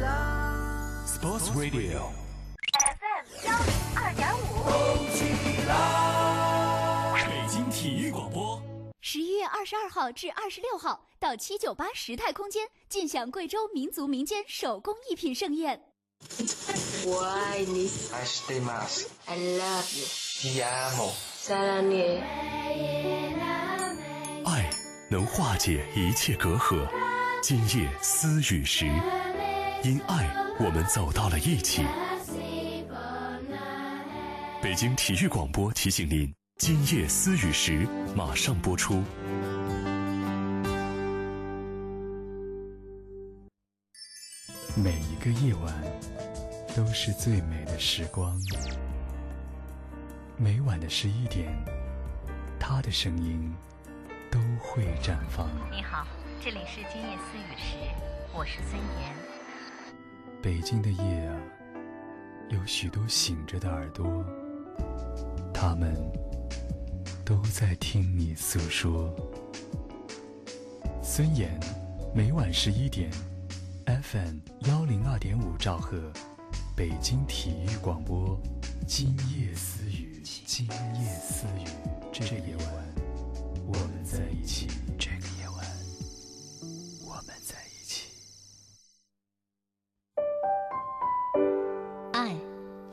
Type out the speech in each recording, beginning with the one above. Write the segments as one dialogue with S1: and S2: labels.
S1: 来，
S2: ，Sports Radio。
S1: 动起来。
S2: 北京体育广播，
S3: 十一月二十二号至二十六号到七九八时态空间，尽享贵州民族民间手工艺品盛宴。
S4: 我爱你
S5: 愛してます。
S4: ，I love you，
S5: Te amo.
S4: 再让你。
S6: 爱能化解一切隔阂。今夜思雨时，因爱我们走到了一起。北京体育广播提醒您，今夜思雨时马上播出。
S7: 每一个夜晚都是最美的时光。每晚的十一点，他的声音都会绽放。
S8: 你好，这里是今夜思雨时，我是孙岩。
S7: 北京的夜啊，有许多醒着的耳朵，他们都在听你诉说。孙岩，每晚十一点，FM 幺零二点五兆赫，北京体育广播，今夜私语，今夜私语，这个夜晚我们在一起，这个夜晚我们在一起。
S8: 爱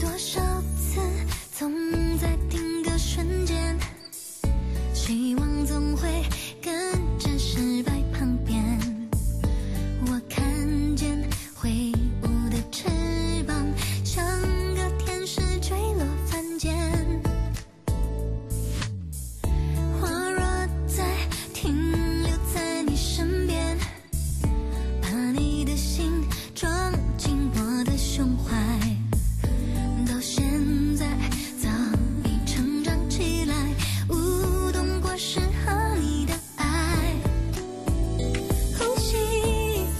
S9: 多少次总在定格瞬间，希望总会跟着失败旁边。我看见挥舞的翅膀，像个天使坠落凡间。花若再停留在你身边，把你的心装进我的胸怀。到现在早已成长起来，舞动过适合你的爱。呼吸，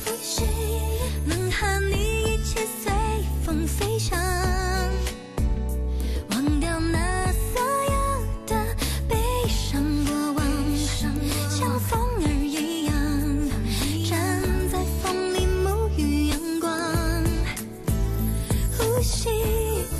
S9: 呼吸，能和你一起随风飞翔，忘掉那所有的悲伤过往，像风儿一样，站在风里沐浴阳光。呼吸。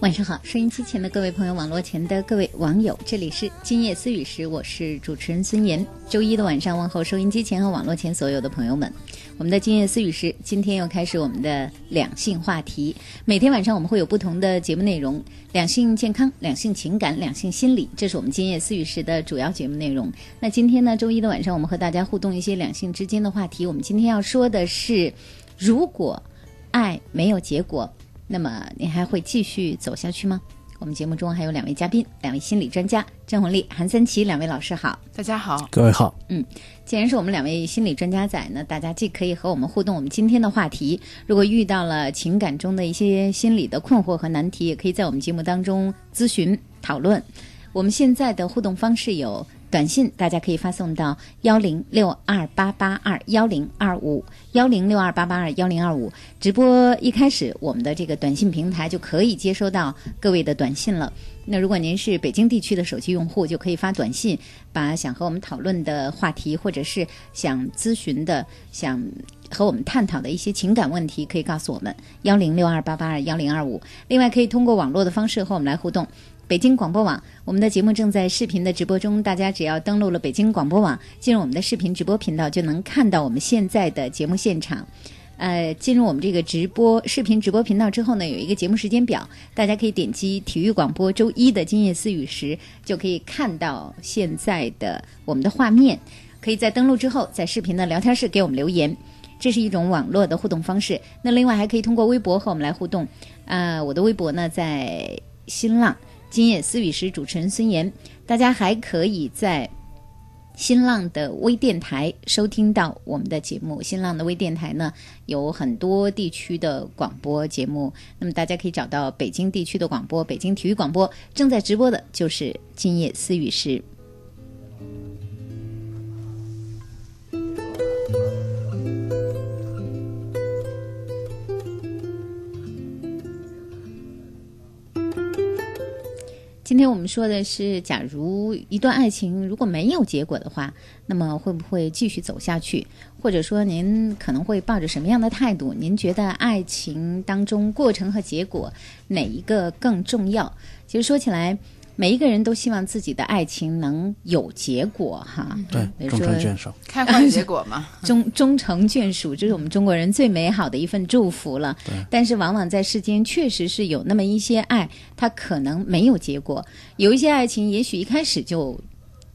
S10: 晚上好，收音机前的各位朋友，网络前的各位网友，这里是今夜思雨时，我是主持人孙岩。周一的晚上问候收音机前和网络前所有的朋友们。我们的今夜思雨时，今天又开始我们的两性话题。每天晚上我们会有不同的节目内容，两性健康、两性情感、两性心理，这是我们今夜思雨时的主要节目内容。那今天呢，周一的晚上我们和大家互动一些两性之间的话题。我们今天要说的是，如果爱没有结果，那么你还会继续走下去吗？我们节目中还有两位嘉宾，两位心理专家郑红丽、韩三奇，两位老师好，
S11: 大家好，
S12: 各位好。
S10: 嗯，既然是我们两位心理专家在呢，大家既可以和我们互动我们今天的话题，如果遇到了情感中的一些心理的困惑和难题，也可以在我们节目当中咨询讨论。我们现在的互动方式有短信，大家可以发送到幺零六二八八二幺零二五幺零六二八八二幺零二五。直播一开始，我们的这个短信平台就可以接收到各位的短信了。那如果您是北京地区的手机用户，就可以发短信，把想和我们讨论的话题，或者是想咨询的、想和我们探讨的一些情感问题，可以告诉我们幺零六二八八二幺零二五。另外，可以通过网络的方式和我们来互动。北京广播网，我们的节目正在视频的直播中，大家只要登录了北京广播网，进入我们的视频直播频道，就能看到我们现在的节目现场。呃，进入我们这个直播视频直播频道之后呢，有一个节目时间表，大家可以点击体育广播周一的《今夜思雨》时，就可以看到现在的我们的画面。可以在登录之后，在视频的聊天室给我们留言，这是一种网络的互动方式。那另外还可以通过微博和我们来互动。呃，我的微博呢在新浪“今夜思雨时”主持人孙岩，大家还可以在。新浪的微电台收听到我们的节目。新浪的微电台呢，有很多地区的广播节目，那么大家可以找到北京地区的广播，北京体育广播正在直播的就是《今夜思雨时》。今天我们说的是，假如一段爱情如果没有结果的话，那么会不会继续走下去？或者说，您可能会抱着什么样的态度？您觉得爱情当中过程和结果哪一个更重要？其实说起来，每一个人都希望自己的爱情能有结果哈。
S12: 对
S10: 比如
S12: 终
S10: 说
S12: 成眷属
S11: 开花结果嘛，
S10: 终终成眷属，这是我们中国人最美好的一份祝福了。但是往往在世间，确实是有那么一些爱，它可能没有结果；有一些爱情，也许一开始就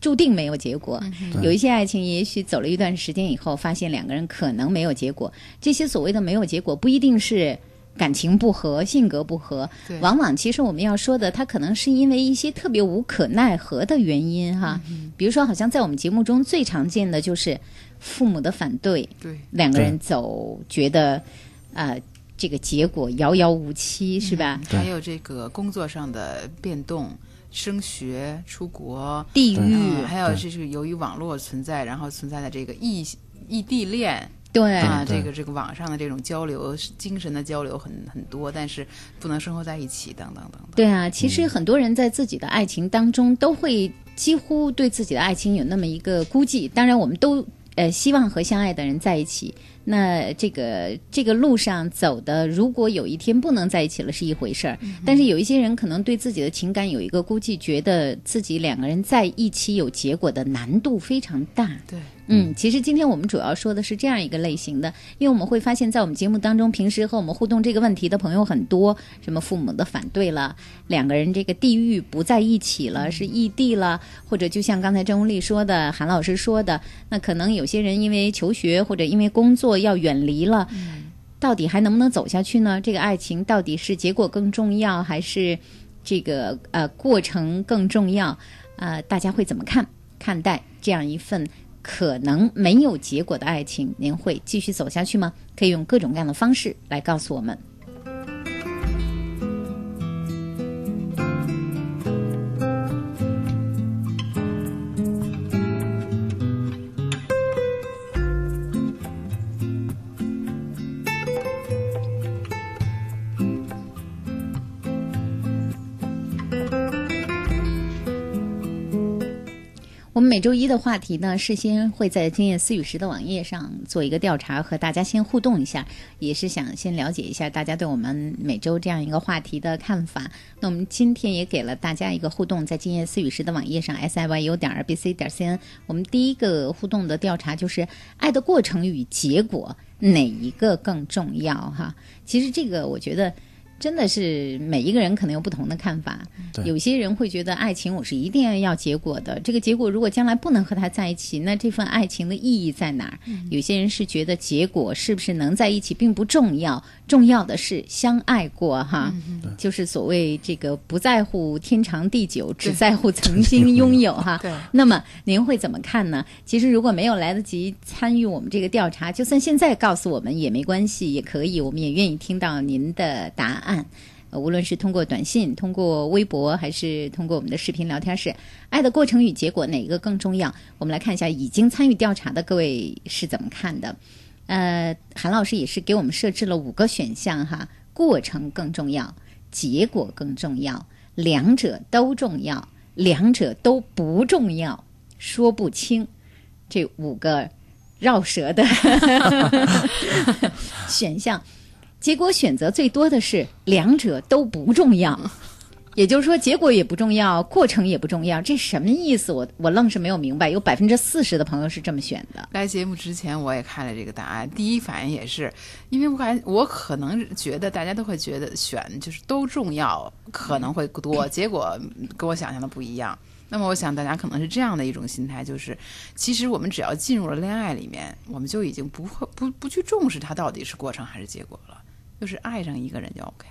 S10: 注定没有结果；
S13: 对
S10: 有一些爱情，也许走了一段时间以后，发现两个人可能没有结果。这些所谓的没有结果，不一定是。感情不和，性格不合
S11: 对，
S10: 往往其实我们要说的，它可能是因为一些特别无可奈何的原因哈。比如说，好像在我们节目中最常见的就是父母的反对，
S11: 对
S10: 两个人走，觉得呃这个结果遥遥无期，是吧？
S11: 还有这个工作上的变动。升学、出国、
S10: 地域
S11: 嗯还有
S10: 对
S11: 就是由于网络存在，然后存在的这个异异地恋，
S10: 对
S11: 啊，
S10: 对
S11: 这个这个网上的这种交流、精神的交流很很多，但是不能生活在一起，等等等。
S10: 对啊，其实很多人在自己的爱情当中都会几乎对自己的爱情有那么一个估计。当然，我们都呃希望和相爱的人在一起。那这个这个路上走的，如果有一天不能在一起了是一回事儿，但是有一些人可能对自己的情感有一个估计，觉得自己两个人在一起有结果的难度非常大。
S11: 对，
S10: 嗯，其实今天我们主要说的是这样一个类型的，因为我们会发现，在我们节目当中，平时和我们互动这个问题的朋友很多，什么父母的反对了，两个人这个地域不在一起了，是异地了，或者就像刚才郑红丽说的，韩老师说的，那可能有些人因为求学或者因为工作要远离了，到底还能不能走下去呢？这个爱情到底是结果更重要，还是这个呃过程更重要？呃，大家会怎么看看待这样一份可能没有结果的爱情？您会继续走下去吗？可以用各种各样的方式来告诉我们。我们每周一的话题呢，事先会在《今夜思雨时》的网页上做一个调查，和大家先互动一下，也是想先了解一下大家对我们每周这样一个话题的看法。那我们今天也给了大家一个互动，在《今夜思雨时》的网页上 s i y u 点 r b c 点 c n，我们第一个互动的调查就是爱的过程与结果哪一个更重要？哈，其实这个我觉得。真的是每一个人可能有不同的看法。
S12: 对
S10: 有些人会觉得爱情我是一定要要结果的，这个结果如果将来不能和他在一起，那这份爱情的意义在哪儿？
S12: 嗯
S10: 有些人是觉得结果是不是能在一起并不重要，重要的是相爱过哈，就是所谓这个不在乎天长地久，只在乎曾经拥有哈。
S11: 对
S10: 那么您会怎么看呢？其实如果没有来得及参与我们这个调查，就算现在告诉我们也没关系，也可以，我们也愿意听到您的答案。呃无论是通过短信、通过微博，还是通过我们的视频聊天室，爱的过程与结果哪一个更重要？我们来看一下已经参与调查的各位是怎么看的。呃，韩老师也是给我们设置了五个选项哈，过程更重要，结果更重要，两者都重要，两者都不重要，说不清，这五个绕舌的 选项，结果选择最多的是两者都不重要。也就是说，结果也不重要，过程也不重要，这什么意思？我我愣是没有明白。有百分之四十的朋友是这么选的。
S11: 来节目之前，我也看了这个答案，第一反应也是，因为我感我可能觉得大家都会觉得选就是都重要，可能会多，结果跟我想象的不一样。那么我想大家可能是这样的一种心态，就是其实我们只要进入了恋爱里面，我们就已经不会不不去重视它到底是过程还是结果了，就是爱上一个人就 OK。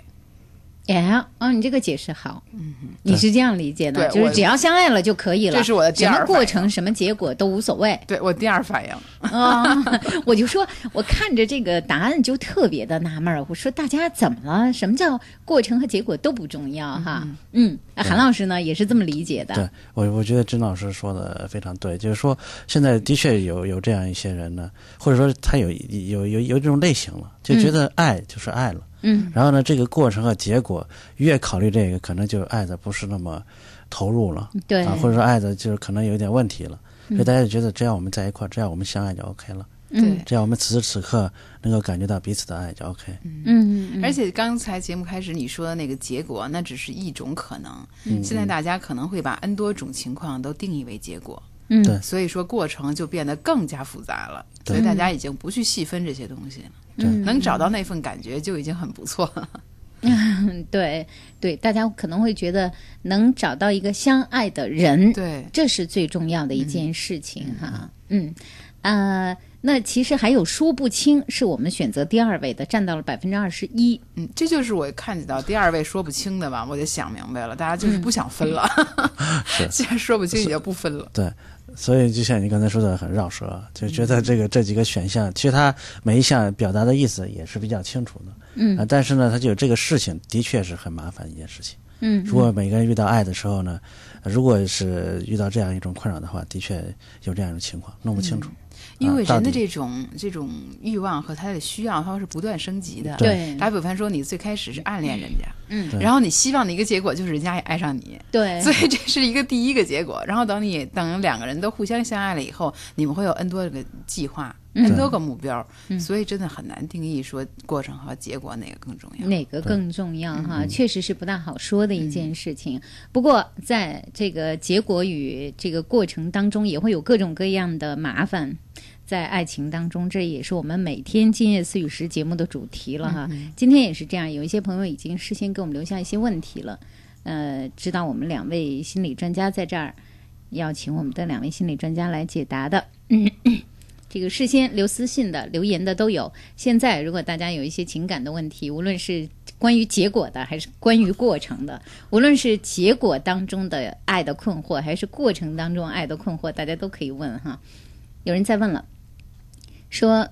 S10: 哎，哦，你这个解释好，
S11: 嗯哼，
S10: 你是这样理解的，
S11: 对
S10: 就
S11: 我
S10: 是只要相爱了就可以了，
S11: 这是我的第
S10: 什
S11: 二
S10: 么
S11: 反
S10: 过
S11: 应
S10: 程、什么结果都无所谓。
S11: 对我第二反应，
S10: 啊、 我就说，我看着这个答案就特别的纳闷儿，我说大家怎么了？什么叫过程和结果都不重要哈？嗯，啊
S12: 对
S10: 韩老师呢也是这么理解的。
S12: 对我，我觉得甄老师说的非常对，就是说现在的确有有这样一些人呢，或者说他有有有有这种类型了，就觉得爱就是爱了，
S10: 嗯
S12: 然后呢，这个过程和结果越考虑这个，可能就爱的不是那么投入了，
S10: 对
S12: 啊，或者说爱的就是可能有点问题了，所以
S10: 嗯
S12: 大家就觉得只要我们在一块儿，只要我们相爱就 OK 了，
S10: 嗯
S12: 只要我们此时此刻能够感觉到彼此的爱就 OK，
S10: 嗯
S11: 而且刚才节目开始你说的那个结果，那只是一种可能。
S12: 嗯
S11: 现在大家可能会把 N 多种情况都定义为结果。
S10: 嗯对
S11: 所以说过程就变得更加复杂了。
S12: 对
S11: 所以大家已经不去细分这些东西了。
S10: 对嗯
S11: 能找到那份感觉就已经很不错了。
S10: 嗯，对对，大家可能会觉得能找到一个相爱的人，
S11: 对，
S10: 这是最重要的一件事情哈。嗯，呃，那其实还有说不清，是我们选择第二位的，占到了百分之二十一。
S11: 嗯，这就是我看见到第二位说不清的吧，我就想明白了，大家就是不想分了。
S12: 嗯 是啊
S11: 既然说不清，也就不分了。
S12: 对，所以就像你刚才说的，很绕舌，就觉
S11: 嗯
S12: 得这个、这几个选项，其实它每一项表达的意思也是比较清楚的，
S10: 嗯
S12: 啊但是呢，它就有这个事情的确是很麻烦一件事情，
S10: 嗯
S12: 如果每个人遇到爱的时候呢，呃如果是遇到这样一种困扰的话，的确有这样一种情况，弄不清楚，
S11: 嗯因为
S12: 啊到
S11: 人的
S12: 底
S11: 这种这种欲望和他的需要，它是不断升级的。
S12: 对
S11: 打比方说，你最开始是暗恋人家，
S10: 嗯
S12: 对
S11: 然后你希望的一个结果就是人家也爱上你，
S10: 对
S11: 所以这是一个第一个结果。然后等你等两个人都互相相爱了以后，你们会有 n 多个计划、
S10: 嗯
S11: n 多个目标，
S10: 嗯
S11: 所以真的很难定义说过程和结果哪个更重要。
S10: 哪个更重要
S11: 嗯
S10: 哈？确实是不大好说的一件事情。不过，在这个结果与这个过程当中，也会有各种各样的麻烦。在爱情当中，这也是我们每天今夜思雨时节目的主题了哈。
S11: 嗯
S10: 今天也是这样，有一些朋友已经事先给我们留下一些问题了。呃，知道我们两位心理专家在这儿，要请我们的两位心理专家来解答的。这个事先留私信的、留言的都有。现在如果大家有一些情感的问题，无论是关于结果的，还是关于过程的，无论是结果当中的爱的困惑，还是过程当中爱的困惑，大家都可以问哈。有人在问了，说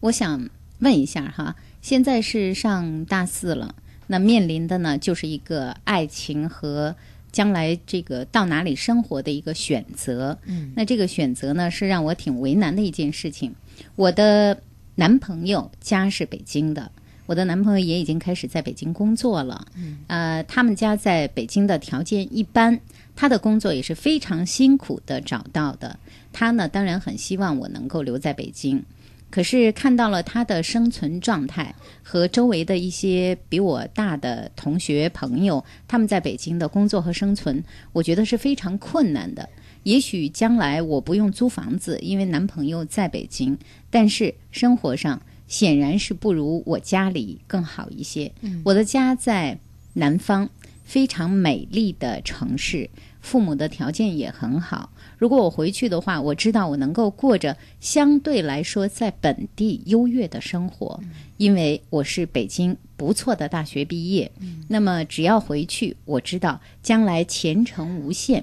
S10: 我想问一下哈，现在是上大四了，那面临的呢就是一个爱情和将来这个到哪里生活的一个选择。
S11: 嗯
S10: 那这个选择呢是让我挺为难的一件事情。我的男朋友家是北京的，我的男朋友也已经开始在北京工作了。
S11: 嗯
S10: 呃，他们家在北京的条件一般，他的工作也是非常辛苦的找到的。他呢，当然很希望我能够留在北京，可是看到了他的生存状态和周围的一些比我大的同学朋友，他们在北京的工作和生存，我觉得是非常困难的。也许将来我不用租房子，因为男朋友在北京，但是生活上显然是不如我家里更好一些。
S8: 嗯
S10: 我的家在南方，非常美丽的城市，父母的条件也很好。如果我回去的话，我知道我能够过着相对来说在本地优越的生活，因为我是北京不错的大学毕业。那么只要回去，我知道将来前程无限。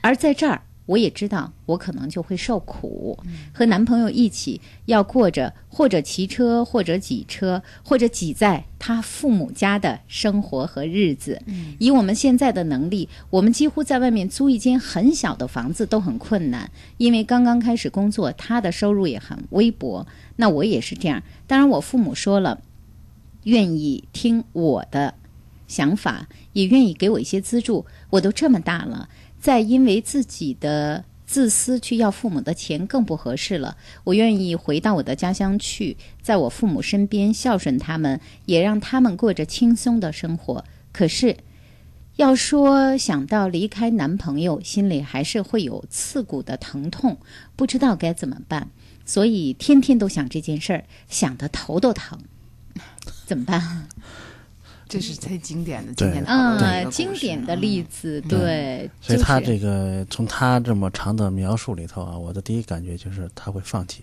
S10: 而在这儿，我也知道我可能就会受苦，和男朋友一起要过着或者骑车，或者挤车，或者挤在他父母家的生活和日子。
S8: 嗯
S10: 以我们现在的能力，我们几乎在外面租一间很小的房子都很困难，因为刚刚开始工作，他的收入也很微薄。那我也是这样，当然我父母说了，愿意听我的想法，也愿意给我一些资助。我都这么大了，再因为自己的自私去要父母的钱更不合适了。我愿意回到我的家乡去，在我父母身边孝顺他们，也让他们过着轻松的生活。可是，要说想到离开男朋友，心里还是会有刺骨的疼痛，不知道该怎么办，所以天天都想这件事儿，想得头都疼， 怎么 办？
S11: 这是最经典的，
S12: 对
S11: 经典讨论的一
S10: 啊，
S11: 个故事
S10: 经典的例子，
S12: 嗯
S10: 对，
S12: 所以
S10: 就是
S12: 他这个从他这么长的描述里头啊，我的第一感觉就是他会放弃，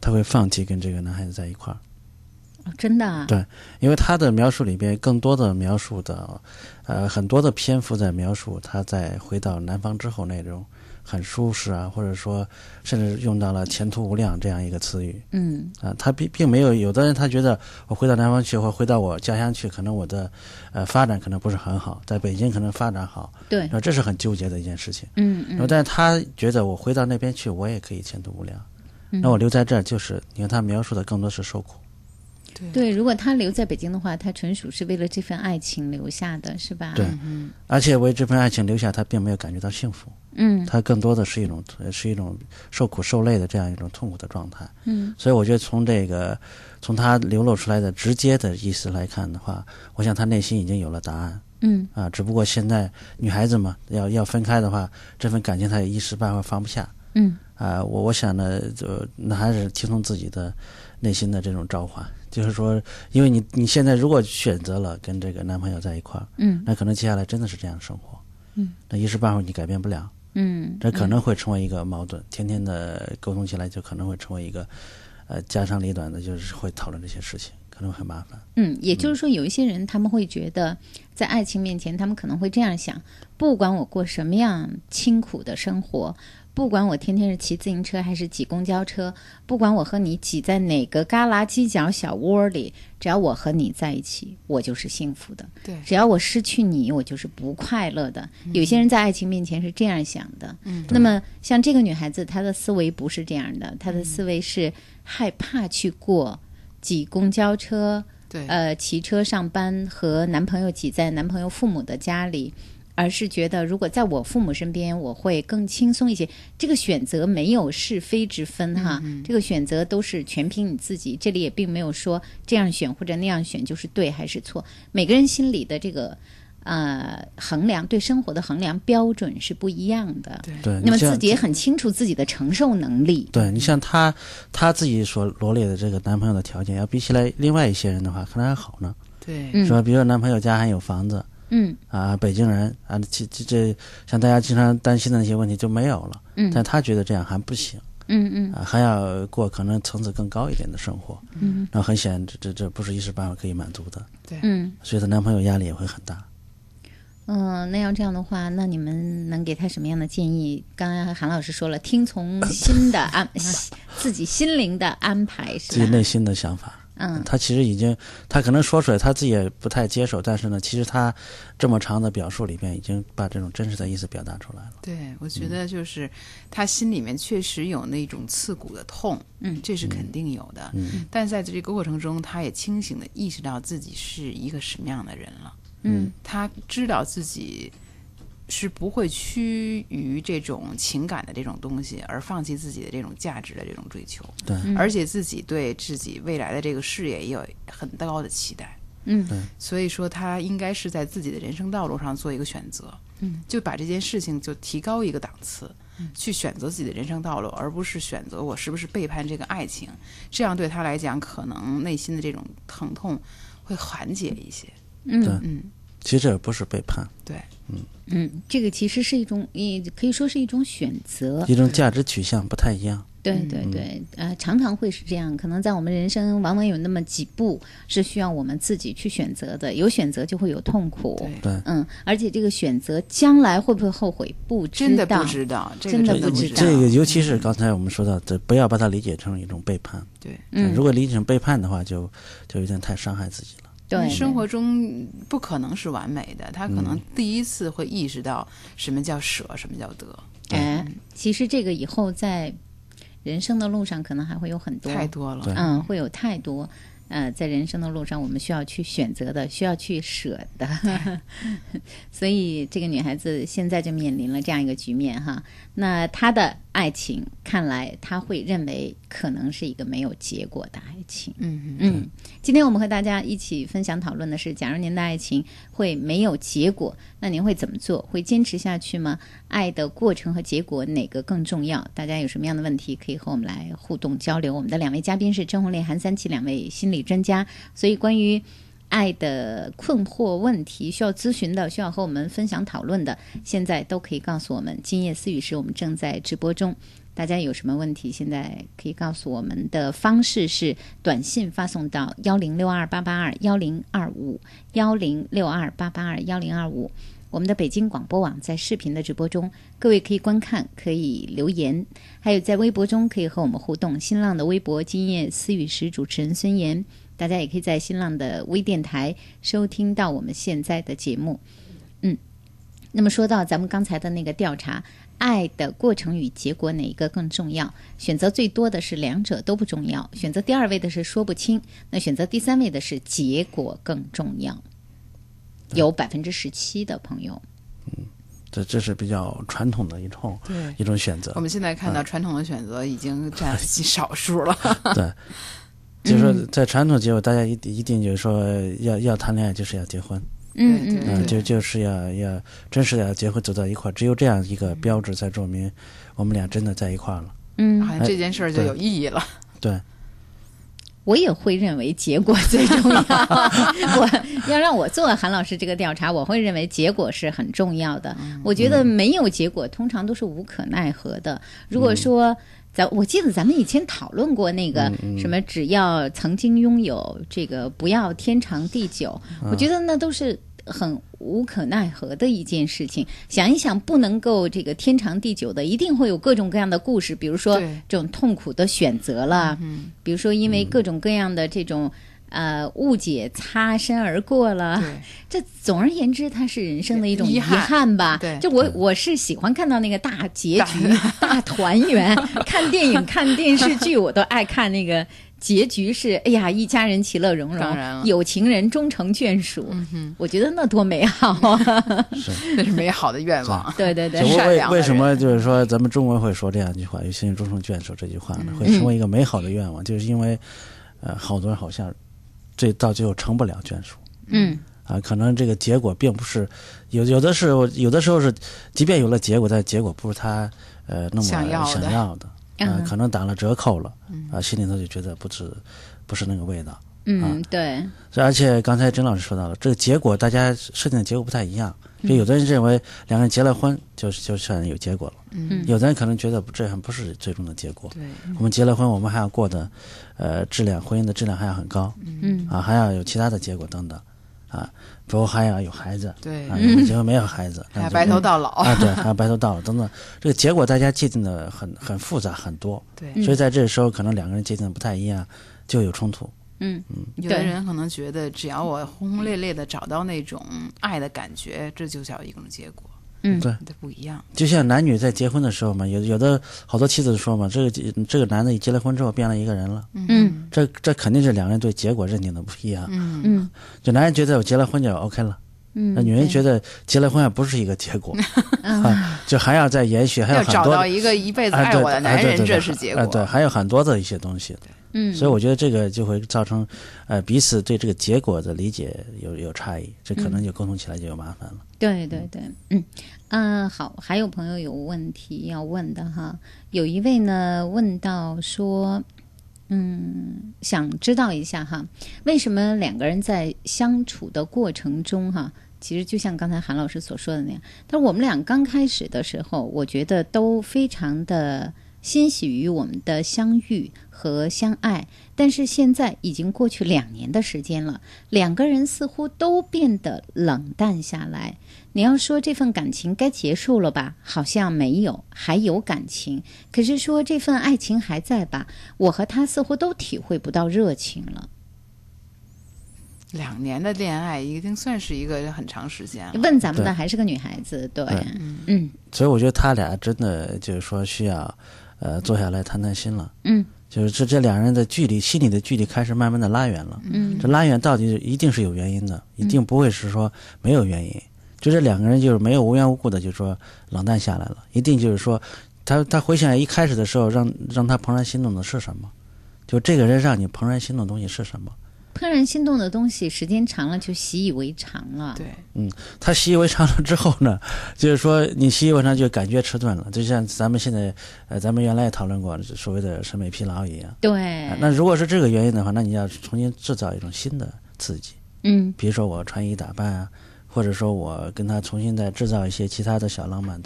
S12: 他会放弃跟这个男孩子在一块儿。
S10: 哦真的啊，
S12: 对，因为他的描述里边更多的描述的，呃，很多的篇幅在描述他在回到南方之后那种很舒适啊，或者说甚至用到了前途无量这样一个词语。
S10: 嗯
S12: 啊、他并并没有，有的人他觉得我回到南方去，或回到我家乡去，可能我的呃发展可能不是很好，在北京可能发展好，
S10: 对
S12: 然后这是很纠结的一件事情。
S10: 嗯
S12: 然后，
S10: 嗯，
S12: 但是他觉得我回到那边去，我也可以前途无量。
S10: 嗯
S12: 那我留在这儿，就是你看他描述的更多是受苦，
S10: 对，如果他留在北京的话，他纯属是为了这份爱情留下的，是吧？
S12: 对，而且为这份爱情留下，他并没有感觉到幸福，
S10: 嗯
S12: 他更多的是一种呃是一种受苦受累的这样一种痛苦的状态。
S10: 嗯
S12: 所以我觉得从这个从他流露出来的直接的意思来看的话，我想他内心已经有了答案。
S10: 嗯
S12: 啊，只不过现在女孩子嘛，要要分开的话，这份感情她也一时半会儿放不下。
S10: 嗯
S12: 啊，我我想呢，就那还是听从自己的内心的这种召唤，就是说，因为你你现在如果选择了跟这个男朋友在一块儿，
S10: 嗯
S12: 那可能接下来真的是这样的生活，
S10: 嗯
S12: 那一时半会儿你改变不了，
S10: 嗯，
S12: 这可能会成为一个矛盾，天天的沟通起来就可能会成为一个，呃，家长里短的，就是会讨论这些事情，可能会很麻烦。
S10: 嗯，也就是说，有一些人他们会觉得，在爱情面前，他们可能会这样想：不管我过什么样清苦的生活，不管我天天是骑自行车还是挤公交车，不管我和你挤在哪个旮旯犄角小窝里，只要我和你在一起，我就是幸福的。
S11: 对
S10: 只要我失去你，我就是不快乐的。有些人在爱情面前是这样想的。
S11: 嗯
S10: 那么像这个女孩子，她的思维不是这样的，她的
S11: 嗯
S10: 思维是害怕去过挤公交车。
S11: 对
S10: 呃，骑车上班和男朋友挤在男朋友父母的家里，而是觉得如果在我父母身边，我会更轻松一些。这个选择没有是非之分哈，
S12: 嗯
S10: 这个选择都是全凭你自己。这里也并没有说这样选或者那样选就是对还是错，每个人心里的这个呃衡量对生活的衡量标准是不一样的。
S12: 对
S10: 那么
S12: 你像
S10: 自己也很清楚自己的承受能力。
S12: 对你像她，她自己所罗列的这个男朋友的条件，要比起来另外一些人的话，可能还好呢。
S11: 对
S10: 嗯
S12: 是吧？比如说男朋友家还有房子
S10: 嗯
S12: 啊，北京人啊，这这这像大家经常担心的那些问题就没有了。
S10: 嗯
S12: 但她觉得这样还不行
S10: 嗯嗯
S12: 啊，还要过可能层次更高一点的生活。
S10: 嗯
S12: 那很显然，这这这不是一时半会儿可以满足的，
S11: 对
S10: 嗯
S12: 所以她男朋友压力也会很大。
S10: 嗯，那要这样的话，那你们能给他什么样的建议？刚刚韩老师说了，听从心 的安，自己心灵的安排
S12: 自
S10: 是
S12: 己
S10: 吧？
S12: 内心的想法。
S10: 嗯
S12: 他其实已经，他可能说出来，他自己也不太接受，但是呢，其实他这么长的表述里面，已经把这种真实的意思表达出来了。嗯
S11: 对，我觉得就是他心里面确实有那种刺骨的痛，
S10: 嗯，
S11: 这是肯定有的。
S12: 嗯，
S11: 但在这个过程中，他也清醒的意识到自己是一个什么样的人了。
S10: 嗯，
S11: 他知道自己是不会趋于这种情感的这种东西，而放弃自己的这种价值的这种追求。
S12: 对嗯
S11: 而且自己对自己未来的这个事业也有很高的期待。
S10: 嗯
S12: 对
S11: 所以说他应该是在自己的人生道路上做一个选择，
S10: 嗯，
S11: 就把这件事情就提高一个档次，去选择自己的人生道路，而不是选择我是不是背叛这个爱情，这样对他来讲，可能内心的这种疼痛会缓解一些。
S10: 嗯
S12: 对
S11: 嗯，
S12: 其实这也不是背叛，
S11: 对，
S10: 嗯，这个其实是一种，也可以说是一种选择，
S12: 一种价值取向不太一样。
S10: 对
S12: 嗯
S10: 对对，呃，常常会是这样。可能在我们人生，往往有那么几步是需要我们自己去选择的，有选择就会有痛苦。
S12: 对
S10: 嗯，而且这个选择将来会不会后悔，不知道，
S11: 真的不知道这个
S10: 真的
S11: 真的
S10: 不
S11: 不
S10: 知
S11: 知
S10: 道。
S11: 道
S12: 这个尤其是刚才我们说到的，不要把它理解成一种背叛。
S11: 对
S10: 嗯
S12: 如果理解成背叛的话，就就有点太伤害自己了。
S10: 对
S11: 生活中不可能是完美的，他可能
S12: 嗯
S11: 第一次会意识到什么叫舍，什么叫得，
S10: 哎，
S11: 嗯
S10: 其实这个以后在人生的路上，可能还会有很多，
S11: 太多了对
S10: 嗯，会有太多。呃，在人生的路上，我们需要去选择的，需要去舍的， 所以这个女孩子现在就面临了这样一个局面哈。那她的爱情，看来她会认为可能是一个没有结果的爱情。
S11: 嗯
S10: 嗯，今天我们和大家一起分享讨论的是，假如您的爱情会没有结果，那您会怎么做？会坚持下去吗？爱的过程和结果哪个更重要？大家有什么样的问题可以和我们来互动交流？我们的两位嘉宾是郑红丽、韩三奇两位心理专家，所以关于。爱的困惑问题需要咨询的，需要和我们分享讨论的，现在都可以告诉我们。今夜思雨时，我们正在直播中，大家有什么问题，现在可以告诉我们的方式是短信发送到幺零六二八八二幺零二五幺零六二八八二幺零二五。我们的北京广播网在视频的直播中，各位可以观看，可以留言，还有在微博中可以和我们互动。新浪的微博“今夜思雨时”主持人孙岩，大家也可以在新浪的微电台收听到我们现在的节目。嗯，那么说到咱们刚才的那个调查，爱的过程与结果哪一个更重要？选择最多的是两者都不重要，选择第二位的是说不清，那选择第三位的是结果更重要。有百分之十七的朋友，
S12: 这这是比较传统的一种
S11: 对
S12: 一种选择。
S11: 嗯我们现在看到
S12: 嗯
S11: 传统的选择已经占极少数了。
S12: 对，就是说
S11: 嗯
S12: 在传统结果，大家一定一定就是说要要谈恋爱就是要结婚，
S10: 嗯
S11: 对对
S12: 嗯，
S11: 对
S12: 就就是要要真是要结婚走到一块儿，只有这样一
S11: 嗯
S12: 个标志才证明我们俩真的在一块儿了。
S10: 嗯
S11: 好像这件事儿就有意义了。
S12: 对，
S10: 我也会认为结果最重要。 我要让我做韩老师这个调查，我会认为结果是很重要的。
S3: 嗯
S10: 我觉得没有结果，通常都是无可奈何的。如果说咱，我记得咱们以前讨论过那个
S3: 嗯嗯
S10: 什么，只要曾经拥有，这个不要天长地久。
S3: 嗯
S10: 我觉得那都是。很无可奈何的一件事情，想一想，不能够这个天长地久的，一定会有各种各样的故事，比如说
S11: 对
S10: 这种痛苦的选择了，
S3: 嗯
S10: 比如说因
S11: 嗯
S10: 为各种各样的这种、呃误解擦身而过了，这总而言之，它是人生的一种
S11: 遗
S10: 遗
S11: 憾
S10: 憾吧。
S11: 对
S10: 就我我是喜欢看到那个大结局、 大团圆，看电影、看电视剧，我都爱看那个。结局是，哎呀，一家人其乐融
S11: 当然了嗯
S10: 融，有情人终成眷属。我觉得那多美好 啊！
S11: 那是美好的愿望。
S10: 对对对
S12: 就，
S11: 善
S12: 为
S11: 良的
S12: 为
S11: 人
S12: 什么就是说咱们中国人会说这样一句话“有情人终成眷属”这句话呢？
S11: 嗯
S12: 会成为一个美好的愿望，就是因为呃，好多人好像这到最后成不了眷属。
S10: 嗯
S12: 啊，可能这个结果并不是有有的是有的时候是，即便有了结果，但结果不是他呃那么
S11: 想
S12: 想
S11: 要的嗯
S12: 要的，啊，
S10: 嗯
S12: 可能打了折扣了，啊，心里头就觉得不是不是那个味道。啊
S10: 嗯，对，
S12: 所以而且刚才甄老师说到了，这个结果大家设定的结果不太一样，
S10: 嗯
S12: 就有的人认为两个人结了婚就是就算有结果了，
S10: 嗯
S12: 有的人可能觉得这还不是最终的结果，
S11: 对
S12: 我们结了婚，我们还要过的，呃，质量婚姻的质量还要很高，
S10: 嗯
S12: 啊，还要有其他的结果等等，啊，包括还要有孩子，
S11: 对
S12: 啊，
S11: 嗯
S12: 有的结婚没有孩 子，
S11: 还
S12: 那
S11: 要
S12: 就
S11: 白头到老
S12: 啊，对，还要白头到老等等，这个结果大家界定的很很复杂很多，
S11: 对
S10: 嗯
S12: 所以在这时候可能两个人界定的不太一样，就有冲突，
S10: 嗯，
S11: 有的人可能觉得，只要我轰轰烈烈的找到那种爱的感觉，这就叫一种结果。
S10: 嗯
S12: 对
S11: 这不一样。
S12: 就像男女在结婚的时候嘛，有有的好多妻子说嘛，这个这个男的一结了婚之后变了一个人了，
S10: 嗯
S12: 这这肯定是两个人对结果认定的不一样。
S11: 嗯
S10: 嗯
S12: 就男人觉得我结了婚就 OK 了，
S10: 嗯
S12: 那女人觉得结了婚也不是一个结果，
S10: 嗯
S12: 啊，就还要再延续，还有
S11: 要
S12: 很
S11: 找
S12: 多的
S11: 到一个一辈子
S12: 啊
S11: 爱
S12: 对
S11: 我的
S12: 啊
S11: 男
S12: 对
S11: 人
S12: 对对
S11: 这是结
S12: 啊
S11: 果
S12: 对，还有很多的一些东西，
S10: 嗯
S12: 所以我觉得这个就会造成，呃，彼此对这个结果的理解有有差异，这可能就沟通起来就有麻烦了。
S10: 对对对，嗯，啊、好，还有朋友有问题要问的哈，有一位呢问到说，嗯，想知道一下哈，为什么两个人在相处的过程中哈，其实就像刚才韩老师所说的那样，但我们俩刚开始的时候，我觉得都非常的欣喜于我们的相遇和相爱，但是现在已经过去两年的时间了，两个人似乎都变得冷淡下来。你要说这份感情该结束了吧，好像没有，还有感情；可是说这份爱情还在吧，我和他似乎都体会不到热情了。
S11: 两年的恋爱已经算是一个很长时间了。
S10: 问咱们的
S12: 对
S10: 还是个女孩子，对，
S12: 对
S10: 嗯
S12: 所以我觉得他俩真的就是说需要，呃，坐下来谈谈心了。
S10: 嗯
S12: 就是这这两人的距离，心里的距离开始慢慢的拉远了。
S10: 嗯
S12: 这拉远到底一定是有原因的，一定不会是说没有原因。就这两个人就是没有无缘无故的，就说冷淡下来了，一定就是说，他他回想一开始的时候让让他怦然心动的是什么，就这个人让你怦然心动的东西是什么。
S10: 怦然心动的东西，时间长了就习以为常了。
S11: 对，
S12: 嗯，他习以为常了之后呢， 就是说你习以为常就感觉迟钝了，就像咱们现在，呃，咱们原来也讨论过所谓的审美疲劳一样。
S10: 对
S12: 啊那如果是这个原因的话，那你要重新制造一种新的刺激，
S10: 嗯
S12: 比如说我穿衣打扮啊，或者说我跟他重新再制造一些其他的小浪漫，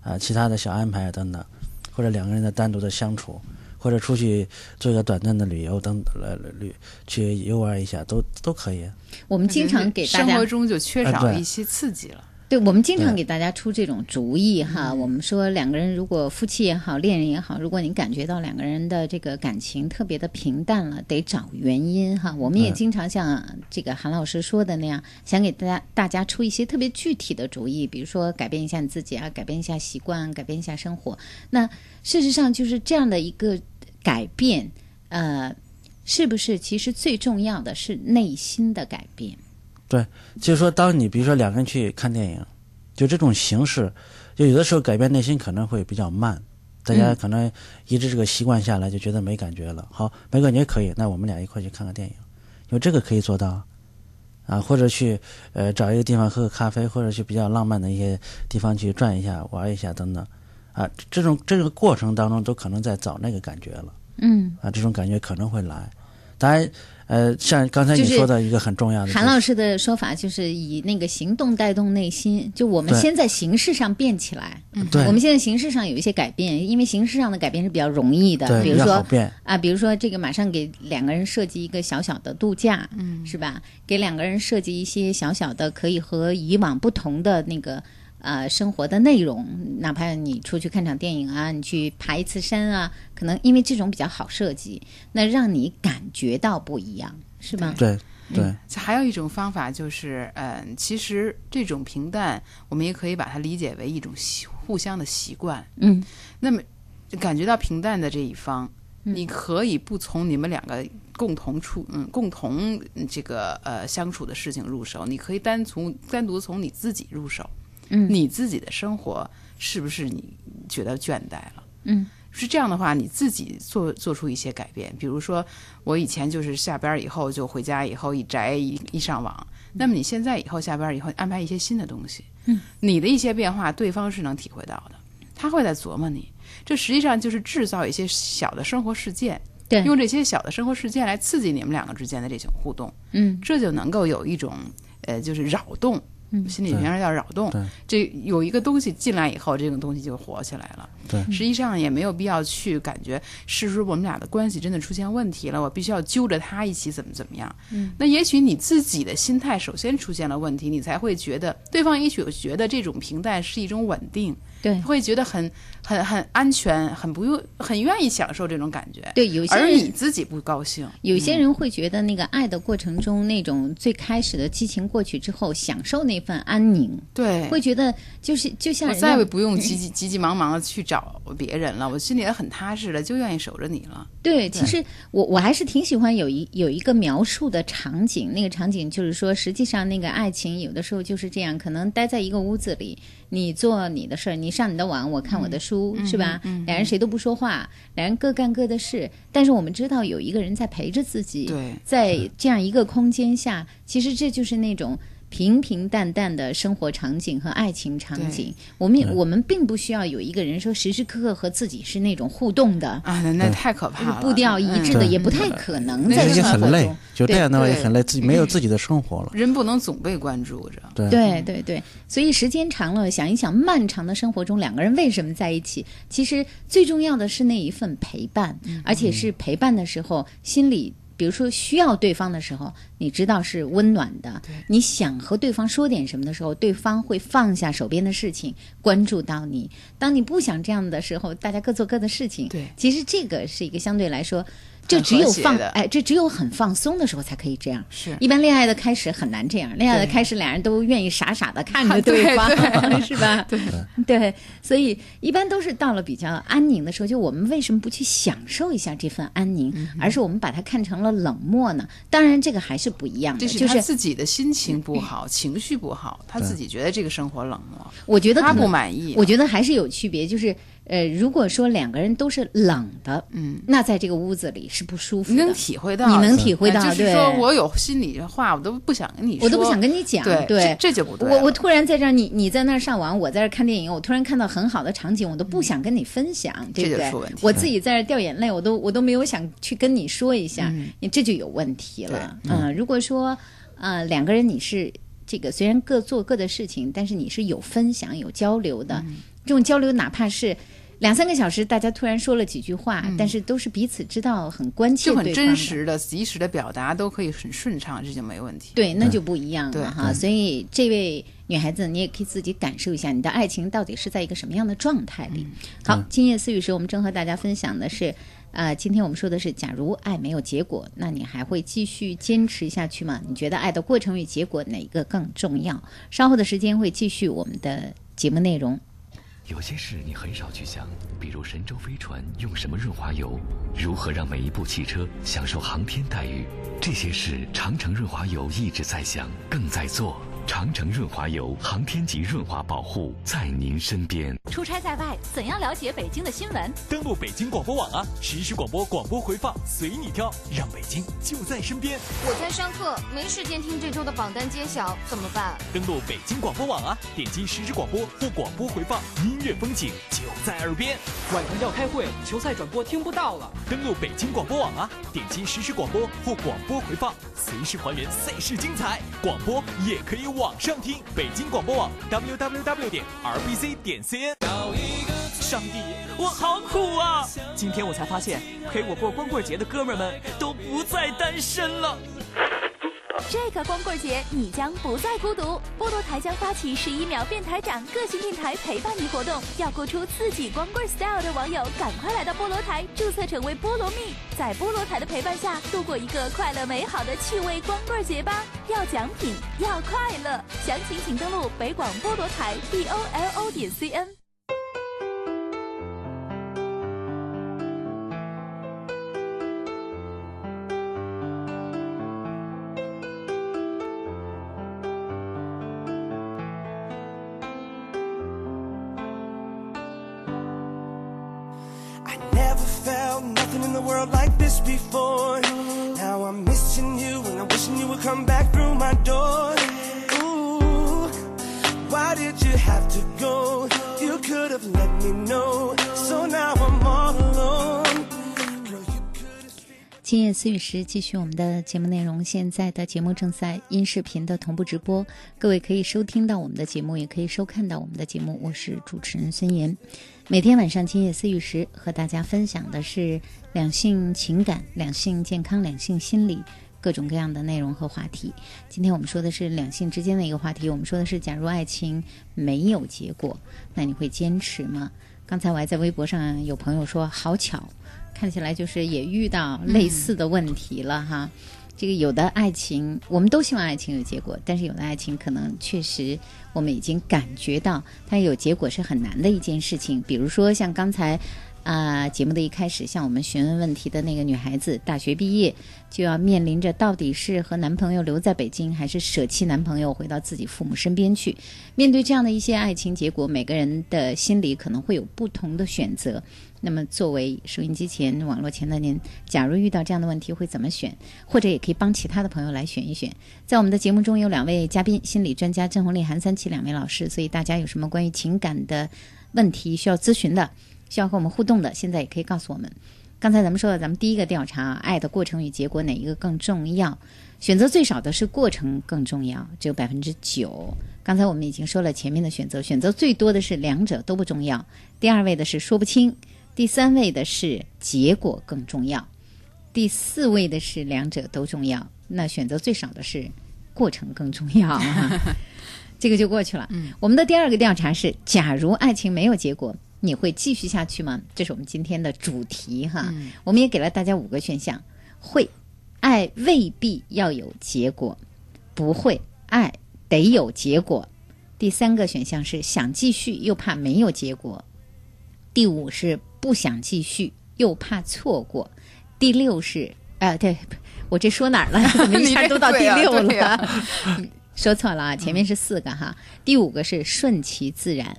S12: 啊，其他的小安排等等，或者两个人的单独的相处，或者出去做一个短暂的旅游等呃旅去游玩一下都都可以。
S10: 我们经常给大家
S11: 生活中就缺
S12: 啊
S11: 少
S12: 对
S11: 一些刺激了。
S10: 对，嗯我们经常给大家出这种主意哈。我们说，两个人如果夫妻也好，恋人也好，如果你感觉到两个人的这个感情特别的平淡了，得找原因哈。我们也
S13: 嗯
S10: 经常像这个韩老师说的那样，想给大家大家出一些特别具体的主意，比如说改变一下你自己啊，改变一下习惯，改变一下生活。那事实上就是这样的一个改变，呃，是不是其实最重要的是内心的改变？
S12: 对，就是说，当你比如说两个人去看电影，就这种形式，就有的时候改变内心可能会比较慢，大家
S10: 嗯
S12: 可能一直这个习惯下来就觉得没感觉了。好，没感觉可以，那我们俩一块去看个电影，因为这个可以做到啊，或者去呃找一个地方喝个咖啡，或者去比较浪漫的一些地方去转一下、玩一下等等啊，这种这个过程当中都可能在找那个感觉了
S10: 嗯，
S12: 啊，这种感觉可能会来。当然，呃，像刚才你
S10: 就是
S12: 说的一个很重要的、就是，
S10: 韩老师的说法就是以那个行动带动内心，就我们
S12: 对
S10: 先在形式上变起来。
S12: 嗯对
S10: 我们现在形式上有一些改变，因为形式上的改变是比较容易的，
S12: 对
S10: 比如
S12: 比较好
S10: 说
S12: 变
S10: 啊，比如说这个马上给两个人设计一个小小的度假，嗯，是吧？给两个人设计一些小小的可以和以往不同的那个。呃，生活的内容，哪怕你出去看场电影啊，你去爬一次山啊，可能因为这种比较好设计，那让你感觉到不一样，是吗？
S12: 对对。
S10: 嗯
S11: 还有一种方法就是，嗯，其实这种平淡，我们也可以把它理解为一种习互相的习惯。
S10: 嗯，
S11: 那么感觉到平淡的这一方，
S10: 嗯
S11: 你可以不从你们两个共同处，嗯，共同嗯这个呃相处的事情入手，你可以单从单独从你自己入手。
S10: 嗯
S11: 你自己的生活是不是你觉得倦怠了？
S10: 嗯
S11: 是这样的话，你自己做做出一些改变，比如说，我以前就是下班以后就回家以后一宅一一上网，那么你现在以后下班以后安排一些新的东西，
S10: 嗯，
S11: 你的一些变化，对方是能体会到的，他会在琢磨你，这实际上就是制造一些小的生活事件，
S10: 对
S11: 用这些小的生活事件来刺激你们两个之间的这种互动，
S10: 嗯
S11: 这就能够有一种呃，就是扰动，
S10: 嗯
S11: 心理学上叫扰动
S12: 对。
S11: 这有一个东西进来以后，这个东西就火起来了。
S12: 对
S11: 实际上也没有必要去感觉是不是我们俩的关系真的出现问题了，我必须要揪着他一起怎么怎么样。
S10: 嗯
S11: 那也许你自己的心态首先出现了问题，你才会觉得对方也许觉得这种平淡是一种稳定，
S10: 对
S11: 会觉得很很很安全，很不用很愿意享受这种感觉。
S10: 对有些
S11: 而
S10: 人
S11: 你嗯自己不高兴，
S10: 有些人会觉得那个爱的过程中，那种最开始的激情过去之后，享受那份安宁，
S11: 对
S10: 会觉得就是就像
S11: 我
S10: 人家嗯
S11: 再也不用急急急急忙忙的去找别人了，我心里很踏实了，就愿意守着你了。
S10: 对，其实我我还是挺喜欢有一有一个描述的场景，那个场景就是说，实际上那个爱情有的时候就是这样，可能待在一个屋子里，你做你的事儿，你上你的网，我看我的书，
S11: 嗯
S10: 是吧？
S11: 嗯嗯
S10: 两人谁都不说话，两人各干各的事，但是我们知道有一个人在陪着自己，
S11: 对
S10: 在这样一个空间下，其实这就是那种。平平淡淡的生活场景和爱情场景
S11: 对，
S10: 我们也
S11: 嗯
S10: 我们并不需要有一个人说时时刻刻和自己是那种互动的
S11: 啊，那太可怕了嗯
S10: 步调一致的
S12: 对
S10: 也不太可能
S12: 那
S10: 在
S12: 已经
S10: 生
S12: 很
S10: 活
S12: 累
S10: 中，
S12: 就这样的话也
S10: 对
S12: 很累，自己没有自己的生活了。
S11: 人不能总被关注着。
S12: 对
S10: 对对对，所以时间长了，想一想漫长的生活中，两个人为什么在一起？其实最重要的是那一份陪伴，
S11: 嗯
S10: 而且是陪伴的时候，心里比如说需要对方的时候，你知道是温暖的。你想和对方说点什么的时候，对方会放下手边的事情，关注到你。当你不想这样的时候，大家各做各的事情。
S11: 对，
S10: 其实这个是一个相对来说。就只
S11: 和
S10: 有
S11: 谐
S10: 放
S11: 的嗯
S10: 哎，这只有很放松的时候才可以这样。
S11: 是
S10: 一般恋爱的开始很难这样，恋爱的
S11: 对
S10: 开始俩人都愿意傻傻的看着
S11: 对
S10: 方，
S11: 对
S10: 是吧？对对，所以一般都是到了比较安宁的时候，就我们为什么不去享受一下这份安宁，
S11: 嗯
S10: 而是我们把它看成了冷漠呢？当然，这个还是不一样的，
S11: 这
S10: 就是嗯
S11: 他
S10: 是
S11: 自己的心情不好，情绪不好，他
S10: 对
S11: 自己觉得这个生活冷漠。
S10: 我觉得
S11: 他
S10: 可能
S11: 不满意，啊
S10: 我觉得还是有区别，就是呃，如果说两个人都是冷的，
S11: 嗯，
S10: 那在这个屋子里是不舒服的，
S11: 你能体会到的，
S10: 你能体会到，
S11: 哎就是
S10: 对
S11: 说我有心里的话，我都不想跟你说，
S10: 我都不想跟你讲，
S11: 对，
S10: 对，
S11: 这这就不对了。
S10: 我我突然在这儿，你你在那儿上网，我在这儿看电影，我突然看到很好的场景，我都不想跟你分享，对
S11: 嗯这
S10: 不
S11: 就
S10: 对
S11: 出问题了？
S10: 我自己在这儿掉眼泪，我都我都没有想去跟你说一下
S11: 嗯，
S10: 你这就有问题了。
S11: 对
S10: 嗯，如果说呃两个人你是这个虽然各做各的事情，但是你是有分享有交流的，
S11: 嗯
S10: 这种交流哪怕是。两三个小时，大家突然说了几句话，但是都是彼此知道很关
S11: 嗯就
S10: 切对方
S11: 很
S10: 的，
S11: 真实的、及时的表达都可以很顺畅，这就没问题。
S10: 对，那就不一样
S11: 对
S10: 了哈。
S11: 对
S10: 所以这位女孩子，你也可以自己感受一下，你的爱情到底是在一个什么样的状态里。好，嗯今夜思雨时，我们正和大家分享的是，呃，今天我们说的是，假如爱没有结果，那你还会继续坚持下去吗？你觉得爱的过程与结果哪一个更重要？稍后的时间会继续我们的节目内容。
S13: 有些事你很少去想，比如神舟飞船用什么润滑油，如何让每一部汽车享受航天待遇，这些事长城润滑油一直在想，更在做。长城润滑油，航天级润滑保护在您身边。
S3: 出差在外，怎样了解北京的新闻？
S2: 登录北京广播网啊，实时广播、广播回放随你挑，让北京就在身边。
S14: 我在上课，没时间听这周的榜单揭晓，怎么办？
S2: 登录北京广播网啊，点击实时广播或广播回放，音乐风景就在耳边。晚上要开会，球赛转播听不到了。登录北京广播网啊，点击实时广播或广播回放，随时还原赛事精彩。广播也可以网上听，北京广播网 www 点 rbc 点 cn。上帝，我好苦啊！今天我才发现，陪我过光棍节的哥们儿们都不再单身了。
S3: 这个光棍节，你将不再孤独。菠萝台将发起十一秒变台长个性电台陪伴你活动，要过出自己光棍 style 的网友，赶快来到菠萝台注册成为菠萝蜜，在菠萝台的陪伴下度过一个快乐美好的趣味光棍节吧！要奖品，要快乐，详情请登录北广菠萝台 b o l o 点 c n。
S1: Never felt nothing in the world like this before. Now I'm missing you and I'm wishing you would come back through my door. Ooh, why did you have to go? You could have let me know. So now I'm all alone.
S10: 今夜思雨时，继续我们的节目内容。现在的节目正在音视频的同步直播，各位可以收听到我们的节目，也可以收看到我们的节目。我是主持人孙岩，每天晚上今夜思雨时和大家分享的是两性情感、两性健康、两性心理。各种各样的内容和话题。今天我们说的是两性之间的一个话题，我们说的是假如爱情没有结果，那你会坚持吗？刚才我还在微博上有朋友说，好巧，看起来就是也遇到类似的问题了哈。这个有的爱情，我们都希望爱情有结果，但是有的爱情可能确实我们已经感觉到它有结果是很难的一件事情。比如说像刚才啊、节目的一开始向我们询问问题的那个女孩子，大学毕业就要面临着到底是和男朋友留在北京，还是舍弃男朋友回到自己父母身边去。面对这样的一些爱情结果，每个人的心里可能会有不同的选择。那么，作为收音机前、网络前的您，假如遇到这样的问题，会怎么选？或者也可以帮其他的朋友来选一选。在我们的节目中有两位嘉宾，心理专家郑红丽、韩三奇两位老师，所以大家有什么关于情感的问题需要咨询的，需要和我们互动的，现在也可以告诉我们。刚才咱们说了，咱们第一个调查啊，爱的过程与结果哪一个更重要？选择最少的是过程更重要，只有百分之九。刚才我们已经说了前面的选择，选择最多的是两者都不重要，第二位的是说不清，第三位的是结果更重要，第四位的是两者都重要。那选择最少的是过程更重要啊，这个就过去了。我们的第二个调查是：假如爱情没有结果，你会继续下去吗？这是我们今天的主题哈。
S11: 嗯
S10: 我们也给了大家五个选项：会，爱未必要有结果；不会，爱得有结果。第三个选项是想继续又怕没有结果；第五是不想继续又怕错过；第六是呃，对我这说哪儿 了？怎么一下都到第
S11: 你这
S10: 六
S11: 对
S10: 了？
S11: 啊
S10: 说错了啊，前面是四个哈，第五个是顺其自然，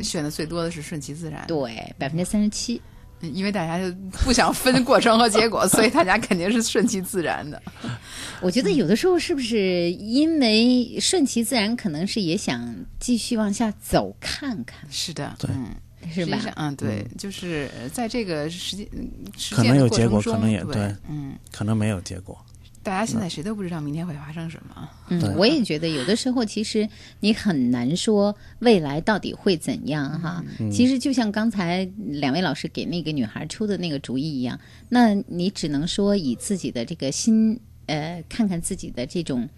S11: 选的最多的是顺其自然，
S10: 对，百分之三十七。
S11: 因为大家就不想分过程和结 果，所以大家肯定是顺其自然的。
S10: 我觉得有的时候是不是因为顺其自然，可能是也想继续往下走看看？
S11: 是的，
S10: 对，是
S11: 实际
S10: 吧
S11: 上？嗯，对，就是在这个实际嗯实
S12: 可
S11: 践
S12: 能
S11: 的
S12: 有
S11: 过
S12: 结
S11: 程
S12: 果，
S11: 中
S12: 可能也
S11: 对，嗯，
S12: 可能没有结果。
S11: 大家现在谁都不知道明天会发生什么。啊
S10: 嗯，我也觉得有的时候其实你很难说未来到底会怎样哈。
S11: 嗯
S10: 其实就像刚才两位老师给那个女孩出的那个主意一样，那你只能说以自己的这个心呃，看看自己的这种。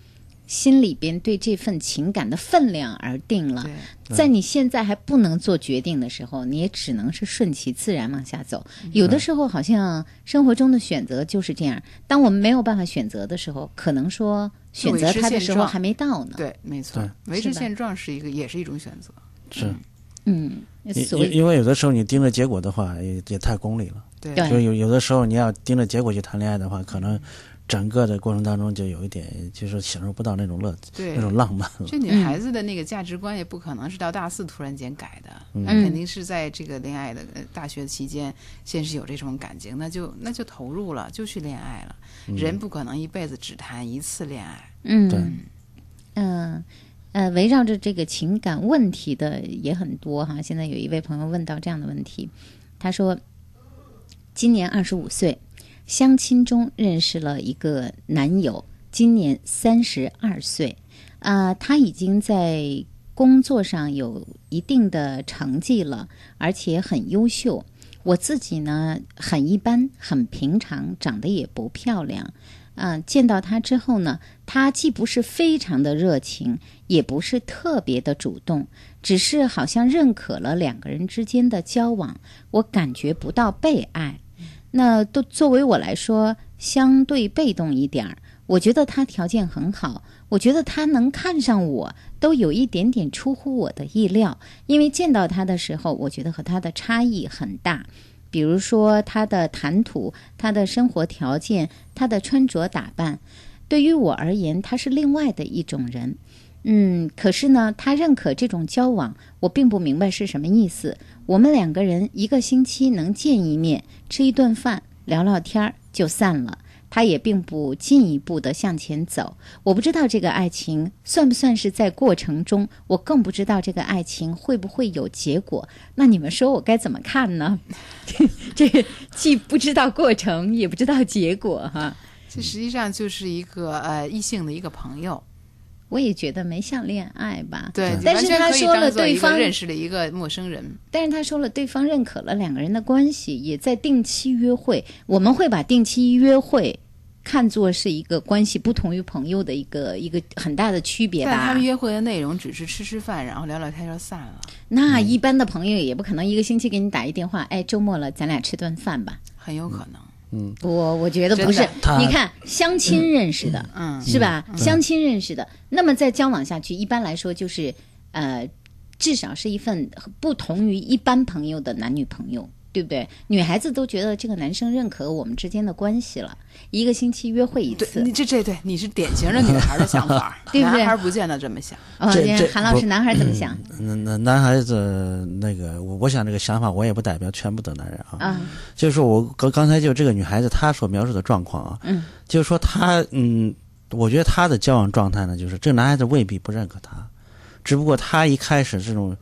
S10: 心里边对这份情感的分量而定了，
S12: 嗯
S10: 在你现在还不能做决定的时候，你也只能是顺其自然往下走。
S12: 嗯
S10: 有的时候，好像生活中的选择就是这样。当我们没有办法选择的时候，可能说选择它的时候还没到呢。
S11: 对，没错，
S10: 对
S11: 维持
S10: 是吧
S11: 现状是一个，也是一种选择。
S12: 是，
S10: 嗯，
S12: 因
S10: 所
S12: 因
S10: 以
S12: 因为有的时候你盯着结果的话，也也太功利了。
S11: 对
S12: 就有有的时候你要盯着结果去谈恋爱的话，可能整个的过程当中就有一点，就是享受不到那种乐，
S11: 对
S12: 那种嗯浪漫了。
S11: 这女孩子的那个价值观也不可能是到大四突然间改的，
S12: 嗯
S11: 她肯定是在这个恋爱的呃大学期间，先是有这种感情，那就那就投入了，就去恋爱了。
S10: 嗯
S11: 人不可能一辈子只谈一次恋爱，
S10: 嗯，
S11: 对
S10: 嗯。呃，围绕着这个情感问题的也很多哈。现在有一位朋友问到这样的问题，他说：“今年二十五岁，相亲中认识了一个男友，今年三十二岁，啊、他已经在工作上有一定的成绩了，而且很优秀。我自己呢，很一般，很平常，长得也不漂亮。嗯、见到他之后呢，他既不是非常的热情，也不是特别的主动，只是好像认可了两个人之间的交往，我感觉不到被爱。那都作为我来说，相对被动一点儿。我觉得他条件很好，我觉得他能看上我，都有一点点出乎我的意料。因为见到他的时候，我觉得和他的差异很大。比如说他的谈吐、他的生活条件、他的穿着打扮，对于我而言，他是另外的一种人。嗯，可是呢，他认可这种交往，我并不明白是什么意思。我们两个人一个星期能见一面，吃一顿饭，聊聊天儿就散了。他也并不进一步的向前走。我不知道这个爱情算不算是在过程中，我更不知道这个爱情会不会有结果。那你们说我该怎么看呢？ 这这既不知道过程，也不知道结果哈。
S11: 这实际上就是一个呃异性的一个朋友。
S10: 我也觉得没像恋爱吧。
S11: 对，
S10: 但
S11: 完
S10: 是
S11: 全
S10: 他
S11: 可以
S10: 说
S11: 当
S10: 了
S11: 做
S10: 对
S11: 一个
S10: 方
S11: 认识了一个陌生人，
S10: 但是他说了，对方认可了两个人的关系，也在定期约会。我们会把定期约会看作是一个关系不同于朋友的一个一个很大的区别
S11: 但
S10: 吧。
S11: 他们约会的内容只是吃吃饭，然后聊聊天就散了，
S10: 那一般的朋友也不可能一个星期给你打一电话，哎，周末了，咱俩吃顿饭吧。
S11: 很有可能。
S12: 嗯，
S10: 我我觉得不是
S11: 真的他，
S10: 你看相亲认识的，
S11: 嗯
S10: 是吧？
S11: 嗯
S10: 相亲认识的，那么再交往下去，一般来说就是呃，至少是一份不同于一般朋友的男女朋友，对不对？女孩子都觉得这个男生认可我们之间的关系了，一个星期约会一次。
S11: 你这这对你是典型的女孩的
S10: ，
S11: 想法
S10: 对不对
S11: 男孩不见得这么想。
S10: 哦，
S12: 这这
S10: 韩老师，
S12: 不嗯
S10: 男孩怎么想？
S12: 那那男孩子那个，我我想这个想法，我也不代表全部的男人啊。
S10: 啊，
S12: 就是说我刚刚才就这个女孩子她所描述的状况啊，
S10: 嗯，
S12: 就是说她嗯，我觉得她的交往状态呢，就是这个男孩子未必不认可她，只不过她一开始这种，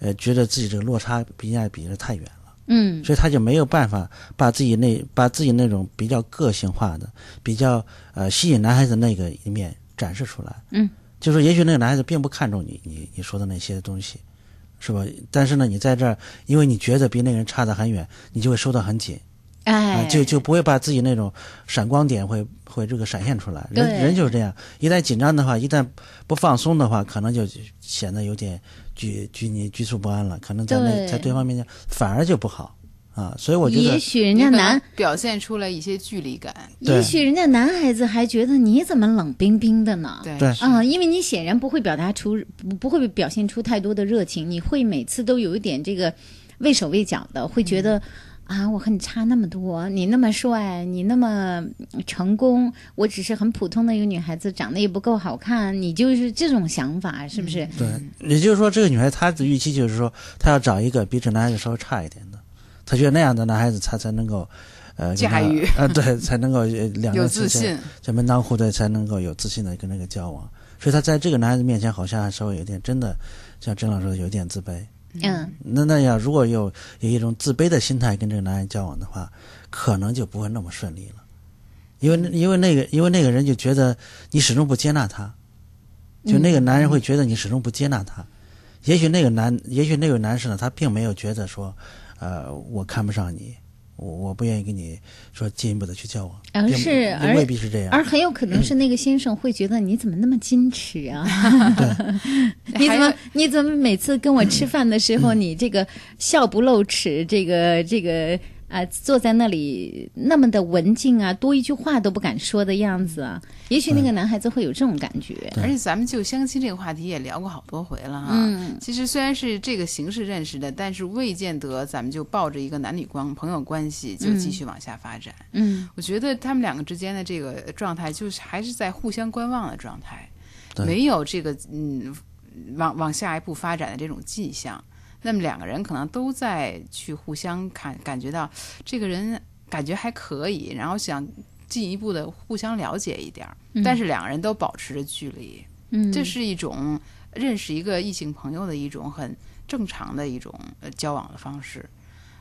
S12: 呃，觉得自己这个落差比人家比的太远了，
S10: 嗯
S12: 所以她就没有办法把自己那把自己那种比较个性化的、比较呃吸引男孩子那个一面展示出来。
S10: 嗯
S12: 就是也许那个男孩子并不看重你你你说的那些东西，是吧？但是呢，你在这儿，因为你觉得比那个人差得很远，你就会收得很紧，啊、
S10: 哎，
S12: 就就不会把自己那种闪光点会会这个闪现出来。人
S10: 对
S12: 人就是这样，一旦紧张的话，一旦不放松的话，可能就显得有点拘拘泥拘束不安了，可能在那
S11: 对
S12: 在对方面前反而就不好啊。所以我觉得，
S10: 也许人家
S11: 你可能
S10: 男，
S11: 表现出了一些距离感，
S10: 也
S12: 对
S10: 许人家男孩子还觉得你怎么冷冰冰的呢？
S11: 对
S12: 对
S10: 啊、因为你显然不会表达出，不不会表现出太多的热情，你会每次都有一点这个畏手畏脚的，会觉得。啊，我和你差那么多，你那么帅，你那么嗯成功，我只是很普通的一个女孩子，长得也不够好看，你就是这种想法，是不是？
S12: 对，也就是说，这个女孩她的预期就是说，她要找一个比这男孩子稍微差一点的，她觉得那样的男孩子，她才能够，呃，跟她
S11: 驾驭
S12: 呃，对，才能够呃两个
S11: 有
S12: 人之
S11: 自
S12: 间
S11: 信，
S12: 就门当户对，才能够有自信的跟那个交往。所以她在这个男孩子面前，好像还稍微有点真的，像郑老师说的，有点自卑。
S10: 嗯，
S12: 那那样，如果有有一种自卑的心态跟这个男人交往的话，可能就不会那么顺利了，因为那因为那个因为那个人就觉得你始终不接纳他，就那个男人会觉得你始终不接纳他。也许那个男，也许那位男士呢，他并没有觉得说，呃，我看不上你，我我不愿意跟你说进一步的去交往，
S10: 而
S12: 并
S10: 是
S12: 并
S10: 而
S12: 未必是这样。
S10: 而很有可能是那个先生会觉得你怎么那么矜持啊？ 你怎
S11: 还
S10: 么
S11: 有嗯
S10: 你怎么每次跟我吃饭的时候，你这个笑不露齿，这个这个啊、坐在那里那么的文静啊，多一句话都不敢说的样子啊？也许那个男孩子会有这种感觉。
S11: 而且咱们就相亲这个话题也聊过好多回了哈。
S10: 嗯
S11: 其实虽然是这个形式认识的，但是未见得咱们就抱着一个男女关朋友关系就继续往下发展。
S10: 嗯
S11: 我觉得他们两个之间的这个状态，就是还是在互相观望的状态，
S12: 对
S11: 没有这个嗯往往下一步发展的这种迹象。那么两个人可能都在去互相看，感觉到这个人感觉还可以，然后想进一步的互相了解一点儿，
S10: 嗯
S11: 但是两个人都保持着距离，
S10: 嗯
S11: 这是一种认识一个异性朋友的一种很正常的一种呃交往的方式。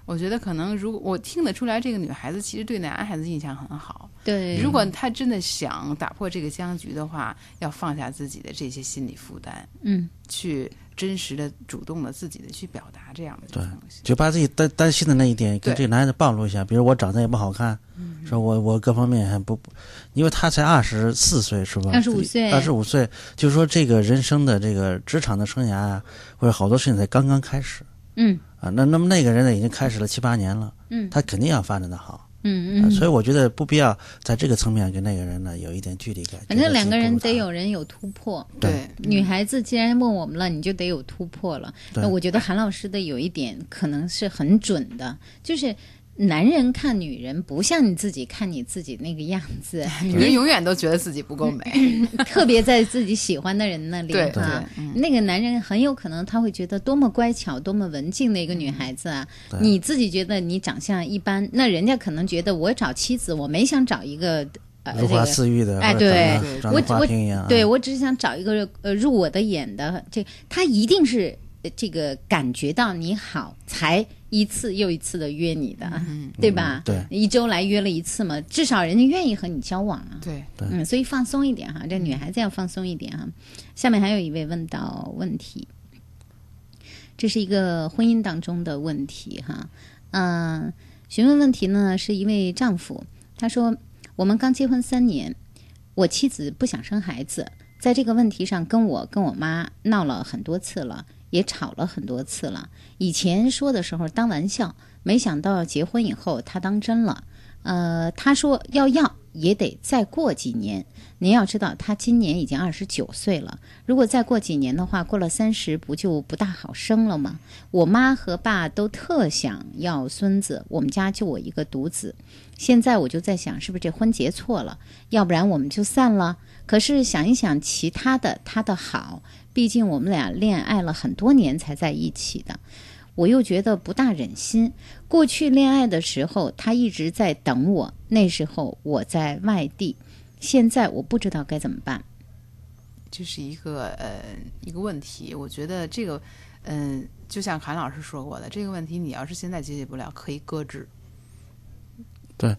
S11: 我觉得可能，如果我听得出来，这个女孩子其实对男孩子印象很好。
S10: 对
S11: 如果她真的想打破这个僵局的话，要放下自己的这些心理负担，
S10: 嗯，
S11: 去真实的、主动的、自己的去表达这样的一种
S12: 对，就把自己担担心的那一点跟
S11: 对
S12: 这个男孩子暴露一下，比如我长得也不好看，
S10: 嗯
S12: 说我我各方面还不，不因为他才二十四岁是吧？
S10: 25岁
S12: 二十五岁，就是说这个人生的这个职场的生涯啊，或者好多事情才刚刚开始
S10: 嗯
S12: 啊。那那么那个人呢，已经开始了七八年了，
S10: 嗯
S12: 他肯定要发展的好、
S10: 嗯
S12: 啊
S10: 嗯，
S12: 所以我觉得不必要在这个层面跟那个人呢有一点距离感。
S10: 反
S12: 觉得
S10: 正两
S12: 自己
S10: 个人
S12: 不如他
S10: 得有人有突破。
S12: 对
S10: 女孩子既然问我们了，你就得有突破了。
S12: 对
S10: 那我觉得韩老师的有一点可能是很准的，就是。男人看女人不像你自己看你自己那个样 子，
S11: 女人永远都觉得自己不够美。
S10: 特别在自己喜欢的人那里
S11: 对
S10: 哈
S11: 对，嗯
S10: 那个男人很有可能他会觉得多么乖巧、多么文静的一个女孩子啊，
S12: 嗯
S11: 对
S10: 你自己觉得你长相一般，那人家可能觉得我找妻子，我没想找一个。呃，
S12: 如花
S10: 这个
S12: 似玉的
S10: 哎，
S12: 或者
S10: 对
S12: 长得，长得
S10: 我
S12: 花瓶一样
S10: 我
S12: 啊
S10: 对我只是想找一个呃入我的眼的，这他一定是呃这个感觉到你好，才一次又一次的约你的，对吧？
S12: 嗯
S10: 一周来约了一次嘛，至少人家愿意和你交往啊。
S11: 对
S12: 对
S10: 嗯，所以放松一点哈，这女孩子要放松一点哈。下面还有一位问到问题，这是一个婚姻当中的问题哈。嗯、询问问题呢是一位丈夫，他说我们刚结婚三年，我妻子不想生孩子，在这个问题上跟我跟我妈闹了很多次了，也吵了很多次了。以前说的时候当玩笑，没想到结婚以后她当真了。呃，她说要要，也得再过几年。您要知道，他今年已经二十九岁了，如果再过几年的话，过了三十不就不大好生了吗？我妈和爸都特想要孙子，我们家就我一个独子。现在我就在想，是不是这婚结错了？要不然我们就散了。可是想一想其他的，他的好，毕竟我们俩恋爱了很多年才在一起的。我又觉得不大忍心。过去恋爱的时候，他一直在等我，那时候我在外地，现在我不知道该怎么办。
S11: 这是一个呃一个问题。我觉得这个，嗯、就像韩老师说过的，这个问题你要是现在解决不了，可以搁置。
S12: 对，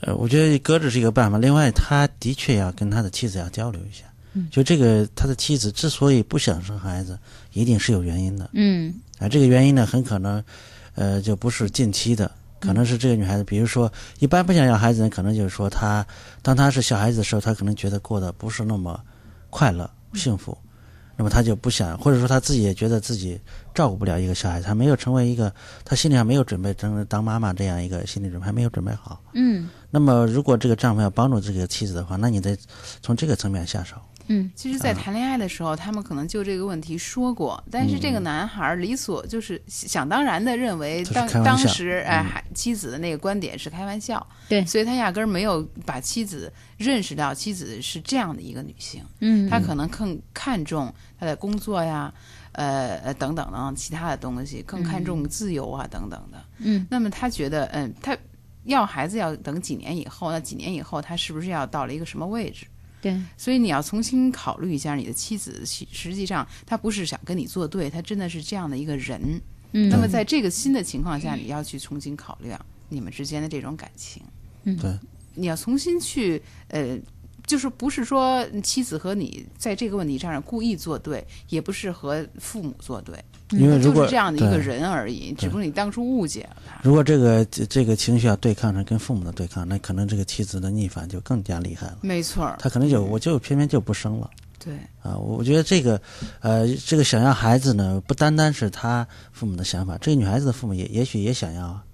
S12: 呃，我觉得搁置是一个办法。另外，他的确要跟他的妻子要交流一下。
S10: 嗯
S12: 就这个，他的妻子之所以不想生孩子，一定是有原因的。
S10: 嗯
S12: 啊，这个原因呢，很可能，呃，就不是近期的，
S11: 嗯
S12: 可能是这个女孩子，比如说，一般不想要孩子呢，可能就是说她，当她是小孩子的时候，她可能觉得过得不是那么快乐、
S11: 嗯
S12: 幸福，那么她就不想，或者说她自己也觉得自己照顾不了一个小孩子，她没有成为一个，她心里还没有准备成当妈妈这样一个心理准备，还没有准备好。
S10: 嗯
S12: 那么，如果这个丈夫要帮助这个妻子的话，那你得从这个层面下手。
S10: 嗯，
S11: 其实，在谈恋爱的时候，他们可能就这个问题说过，但是这个男孩儿理所就是想当然的认为
S12: 嗯他是
S11: 当
S12: 开玩
S11: 当
S12: 笑嗯
S11: 时哎、还妻子的那个观点是开玩笑，
S10: 对，
S11: 所以他压根儿没有把妻子认识到妻子是这样的一个女性，
S10: 嗯
S11: 他可能更看重他的工作呀，呃呃等等等其他的东西，更
S12: 嗯
S11: 看重自由啊、等等的，
S10: 嗯
S11: 那么他觉得嗯他。要孩子要等几年以后，那几年以后他是不是要到了一个什么位置？
S10: 对，
S11: 所以你要重新考虑一下你的妻子，其实际上她不是想跟你作对，她真的是这样的一个人。
S10: 嗯
S11: 那么在这个新的情况下，你要去重新考量你们之间的这种感情，
S10: 嗯
S12: 对，
S11: 你要重新去呃。就是不是说妻子和你在这个问题上故意作对，也不是和父母作对，
S12: 因为如
S11: 嗯就
S12: 果
S11: 是这样的一个
S12: 对
S11: 人而已，只不过你当初误解了。
S12: 如果这个这这个情绪要对抗上跟父母的对抗，那可能这个妻子的逆反就更加厉害了。
S11: 没错儿，
S12: 她可能就我就偏偏就不生了
S11: 对，
S12: 啊！我我觉得这个，呃，这个想要孩子呢，不单单是她父母的想法，这个女孩子的父母也也许也想要啊。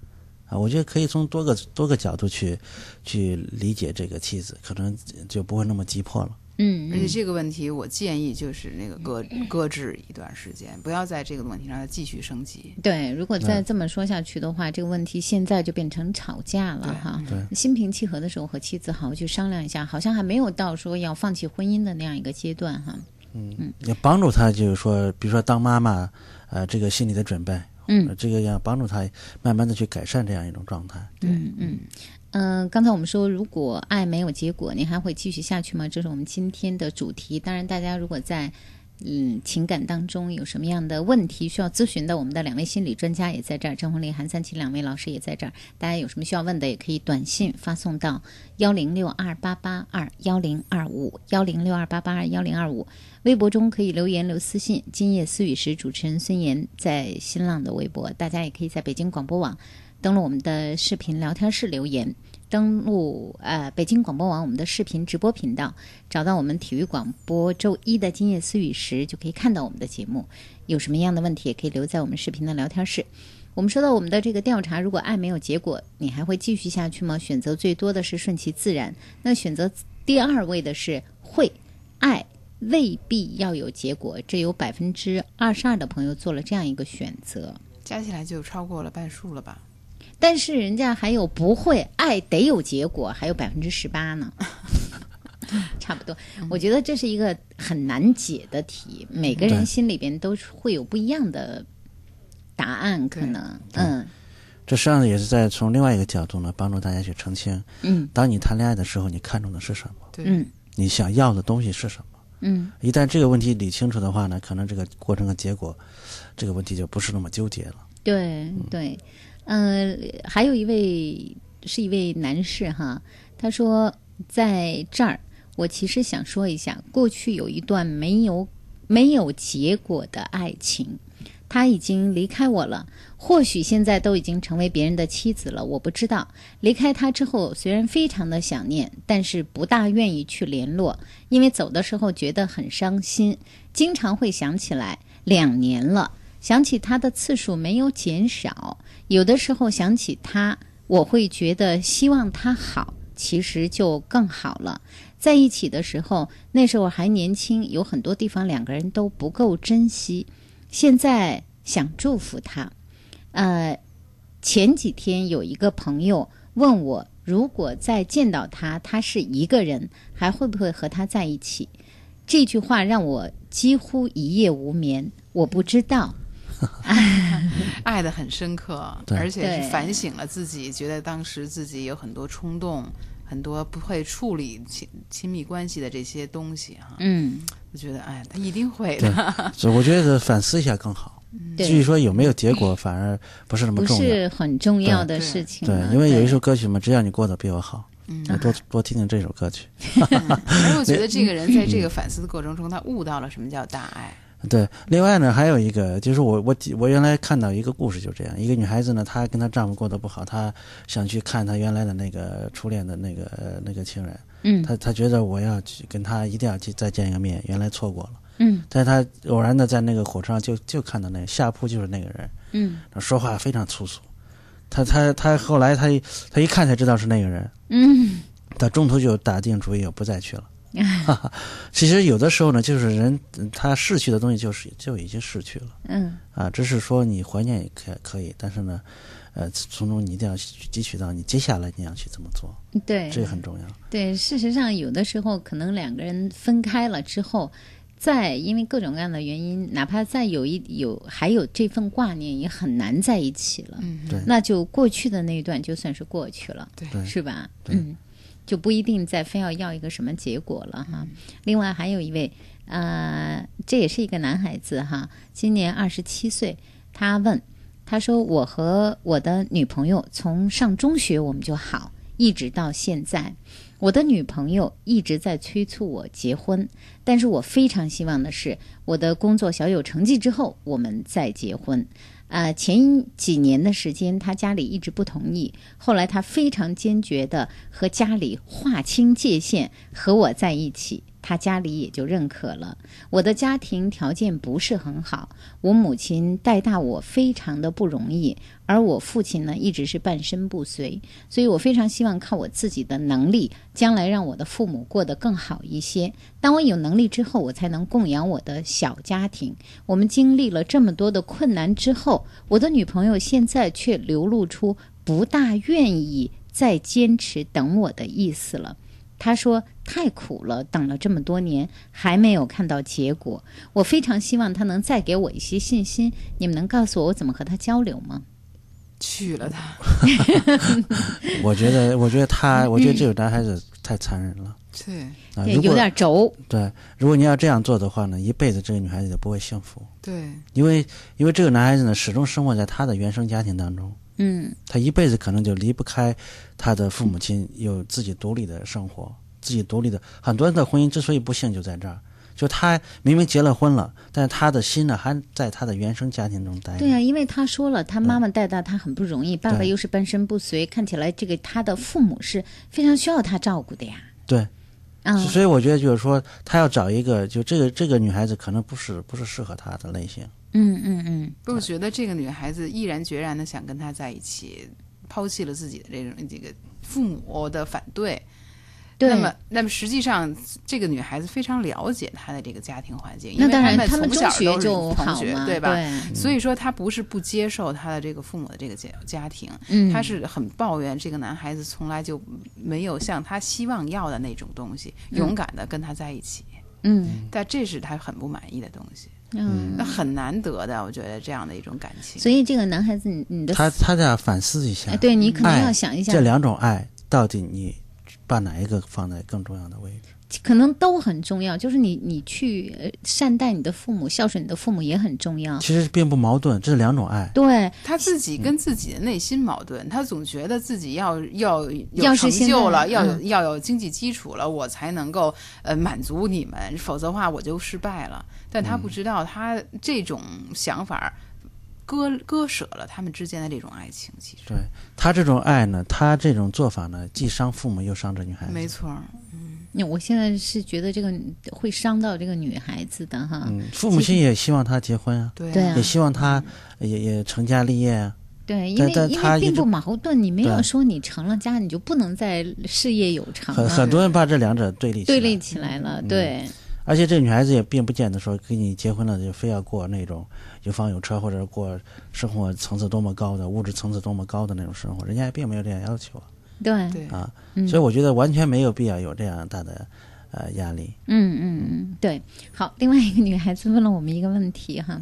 S12: 啊，我觉得可以从多个多个角度去去理解这个妻子，可能就不会那么急迫了。
S10: 嗯
S11: 而且这个问题，我建议就是那个搁搁置一段时间，不要在这个问题上再继续升级。
S10: 对，如果再
S11: 嗯
S10: 这么说下去的话，这个问题现在就变成吵架了哈。
S11: 对
S10: 心平气和的时候和妻子好好去商量一下，好像还没有到说要放弃婚姻的那样一个阶段哈。
S12: 嗯，要帮助她，就是说，比如说当妈妈，呃，这个心理的准备，
S10: 嗯
S12: 呃这个要帮助她慢慢的去改善这样一种状态。
S10: 嗯嗯嗯、呃刚才我们说，如果爱没有结果，您还会继续下去吗？这是我们今天的主题。当然，大家如果在嗯情感当中有什么样的问题需要咨询的，我们的两位心理专家也在这儿，张红丽、韩三奇两位老师也在这儿。大家有什么需要问的，也可以短信发送到幺零六二八八二幺零二五幺零六二八八二幺零二五。微博中可以留言留私信。今夜思雨时，主持人孙岩在新浪的微博，大家也可以在北京广播网登录我们的视频聊天室留言，登录呃北京广播网我们的视频直播频道，找到我们体育广播周一的今夜思雨时，就可以看到我们的节目。有什么样的问题也可以留在我们视频的聊天室。我们说到我们的这个调查，如果爱没有结果，你还会继续下去吗？选择最多的是顺其自然，那选择第二位的是会爱。未必要有结果，这有百分之二十二的朋友做了这样一个选择。
S11: 加起来就超过了半数了吧？
S10: 但是人家还有不会爱得有结果，还有百分之十八呢，差不多。我觉得这是一个很难解的题，每个人
S12: 对
S10: 心里边都是会有不一样的答案，可能，嗯
S12: 这实际上也是在从另外一个角度呢，帮助大家去澄清。
S10: 嗯
S12: 当你谈恋爱的时候，你看重的是什么？
S11: 对
S10: 嗯
S12: 你想要的东西是什么？
S10: 嗯
S12: 一旦这个问题理清楚的话呢，可能这个过程和结果，这个问题就不是那么纠结了。
S10: 对对，呃，还有一位是一位男士哈，他说在这儿，我其实想说一下，过去有一段没有没有结果的爱情，他已经离开我了，或许现在都已经成为别人的妻子了，我不知道。离开他之后，虽然非常的想念，但是不大愿意去联络，因为走的时候觉得很伤心，经常会想起来，两年了，想起他的次数没有减少，有的时候想起他，我会觉得希望他好，其实就更好了。在一起的时候，那时候还年轻，有很多地方两个人都不够珍惜。现在想祝福他。呃，前几天有一个朋友问我，如果再见到他，他是一个人，还会不会和他在一起？这句话让我几乎一夜无眠。我不知道，
S11: 爱的很深刻，
S10: 对
S11: 而且
S10: 对
S11: 是反省了自己，觉得当时自己有很多冲动，很多不会处理亲亲密关系的这些东西哈。
S10: 嗯，
S11: 我觉得哎，他一定会
S12: 对
S10: 啊
S11: 的，。
S12: 所以我觉得反思一下更好。
S10: 对
S12: 至于说有没有结果，反而不是那么
S10: 嗯不
S12: 重要。
S10: 是很重要的嗯
S12: 对
S10: 事情
S12: 对
S10: 了。，
S12: 因为有一首歌曲嘛，只要你过得比我好，我多多听听这首歌曲。
S11: 而我觉得这个人在这个
S12: 嗯
S11: 反思的过程中，他悟到了什么叫大爱。
S12: 对，另外呢，还有一个就是我我我原来看到一个故事，就这样，一个女孩子呢，她跟她丈夫过得不好，她想去看她原来的那个初恋的那个呃那个情人，
S10: 嗯
S12: 她她觉得我要去跟她一定要去再见一个面，原来错过了，
S10: 嗯
S12: 但是她偶然的在那个火车上就就看到那个下铺就是那个人，
S10: 嗯
S12: 说话非常粗俗，她她她后来她一她一看才知道是那个人，
S10: 嗯，
S12: 她中途就打定主意我不再去了。哈哈，其实有的时候呢，就是人嗯他逝去的东西就是就已经逝去了
S10: 嗯
S12: 啊，只是说你怀念也可可以，但是呢，呃，从中你一定要去汲取到你接下来你要去怎么做，
S10: 对，
S12: 这个很重要。
S10: 对，事实上，有的时候可能两个人分开了之后，再因为各种各样的原因，哪怕再有一有还有这份挂念，也很难在一起了。
S11: 嗯
S12: 对
S10: 那就过去的那一段就算是过去了，
S12: 对
S10: 是吧？嗯，就不一定再非要要一个什么结果了哈。
S12: 嗯
S10: 另外还有一位，呃，这也是一个男孩子哈，今年二十七岁，他问。他说：“我和我的女朋友从上中学我们就好，一直到现在。我的女朋友一直在催促我结婚，但是我非常希望的是，我的工作小有成绩之后，我们再结婚。呃，前几年的时间，他家里一直不同意，后来他非常坚决的和家里划清界限，和我在一起，他家里也就认可了。我的家庭条件不是很好，我母亲带大我非常的不容易，而我父亲呢一直是半身不遂，所以我非常希望靠我自己的能力，将来让我的父母过得更好一些。当我有能力之后，我才能供养我的小家庭。我们经历了这么多的困难之后，我的女朋友现在却流露出不大愿意再坚持等我的意思了。他说太苦了，等了这么多年还没有看到结果，我非常希望他能再给我一些信心。你们能告诉我我怎么和他交流吗？
S11: 娶了她，
S12: 我觉得，我觉得他，
S10: 嗯
S12: 我觉得这个男孩子太残忍了
S11: 对
S12: 啊！
S10: 对
S12: 如果
S10: 有点轴。
S12: 对，如果你要这样做的话呢，一辈子这个女孩子就不会幸福，
S11: 对，
S12: 因为因为这个男孩子呢，始终生活在他的原生家庭当中，
S10: 嗯
S12: 他一辈子可能就离不开他的父母亲，有自己独立的生活，自己独立的。很多人的婚姻之所以不幸，就在这儿，就他明明结了婚了，但是他的心呢，还在他的原生家庭中待着。
S10: 对呀、因为他说了，他妈妈带大他很不容易，爸爸
S12: 哎对
S10: 又是半身不遂，看起来这个他的父母是非常需要他照顾的呀。
S12: 对
S10: 啊，
S12: 所以我觉得就是说，他要找一个，就这个这个女孩子可能不是不是适合他的类型。
S10: 嗯嗯嗯，
S11: 不是我觉得这个女孩子毅然决然的想跟他在一起，抛弃了自己的这种这个父母的反对。
S10: 对
S11: 那么，那么实际上，这个女孩子非常了解她的这个家庭环境，
S10: 那
S11: 因为
S10: 当然
S11: 他
S10: 他们
S11: 从小
S10: 中学
S11: 都是
S10: 就
S11: 同
S10: 好
S11: 学
S10: 嘛
S11: 对吧？
S10: 对
S11: 所以说，她不是不接受她的这个父母的这个家家庭，
S10: 嗯
S11: 她是很抱怨这个男孩子从来就没有像她希望要的那种东西，
S10: 嗯
S11: 勇敢的跟她在一起，
S10: 嗯，
S11: 但这是她很不满意的东西，
S10: 嗯
S11: 那很难得的，我觉得这样的一种感情。
S10: 所以这个男孩子，你你的
S12: 他他得要反思一下，
S10: 哎对你可能
S12: 爱
S10: 要想一下
S12: 这两种爱到底你把哪一个放在更重要的位置？
S10: 可能都很重要，就是你你去呃善待你的父母，孝顺你的父母也很重要。
S12: 其实并不矛盾，这是两种爱。
S10: 对
S11: 他自己跟自己的内心矛盾，他总觉得自己要要
S10: 要
S11: 有
S10: 是
S11: 成
S10: 现
S11: 就
S10: 在
S11: 了，要有、
S10: 嗯
S11: 要有经济基础了，我才能够呃满足你们，否则的话我就失败了。但他不知道，他这种想法儿割割舍了他们之间的这种爱情，其实
S12: 对他这种爱呢，他这种做法呢，既伤父母又伤这女孩子。
S11: 没错儿。
S10: 那我现在是觉得这个会伤到这个女孩子的
S12: 嗯
S10: 哈。
S12: 嗯，父母亲也希望他结婚啊，
S10: 对啊
S12: 也希望他也也成家立业啊，
S10: 对，因
S12: 但
S10: 为
S12: 但
S10: 因
S12: 他
S10: 为
S12: 一
S10: 并
S12: 直
S10: 不矛盾，你没有
S12: 对
S10: 说你成了家，你就不能再事业有成
S12: 很
S10: 了，
S12: 很多人嗯把这两者对立起来
S10: 对立起来了，对，
S12: 而且这女孩子也并不见得说跟你结婚了就非要过那种有房有车或者过生活层次多么高的物质层次多么高的那种生活，人家也并没有这样要求啊
S10: 对，
S12: 啊，
S10: 嗯
S12: 所以我觉得完全没有必要有这样大的呃压力。
S10: 嗯嗯嗯，对。好，另外一个女孩子问了我们一个问题哈，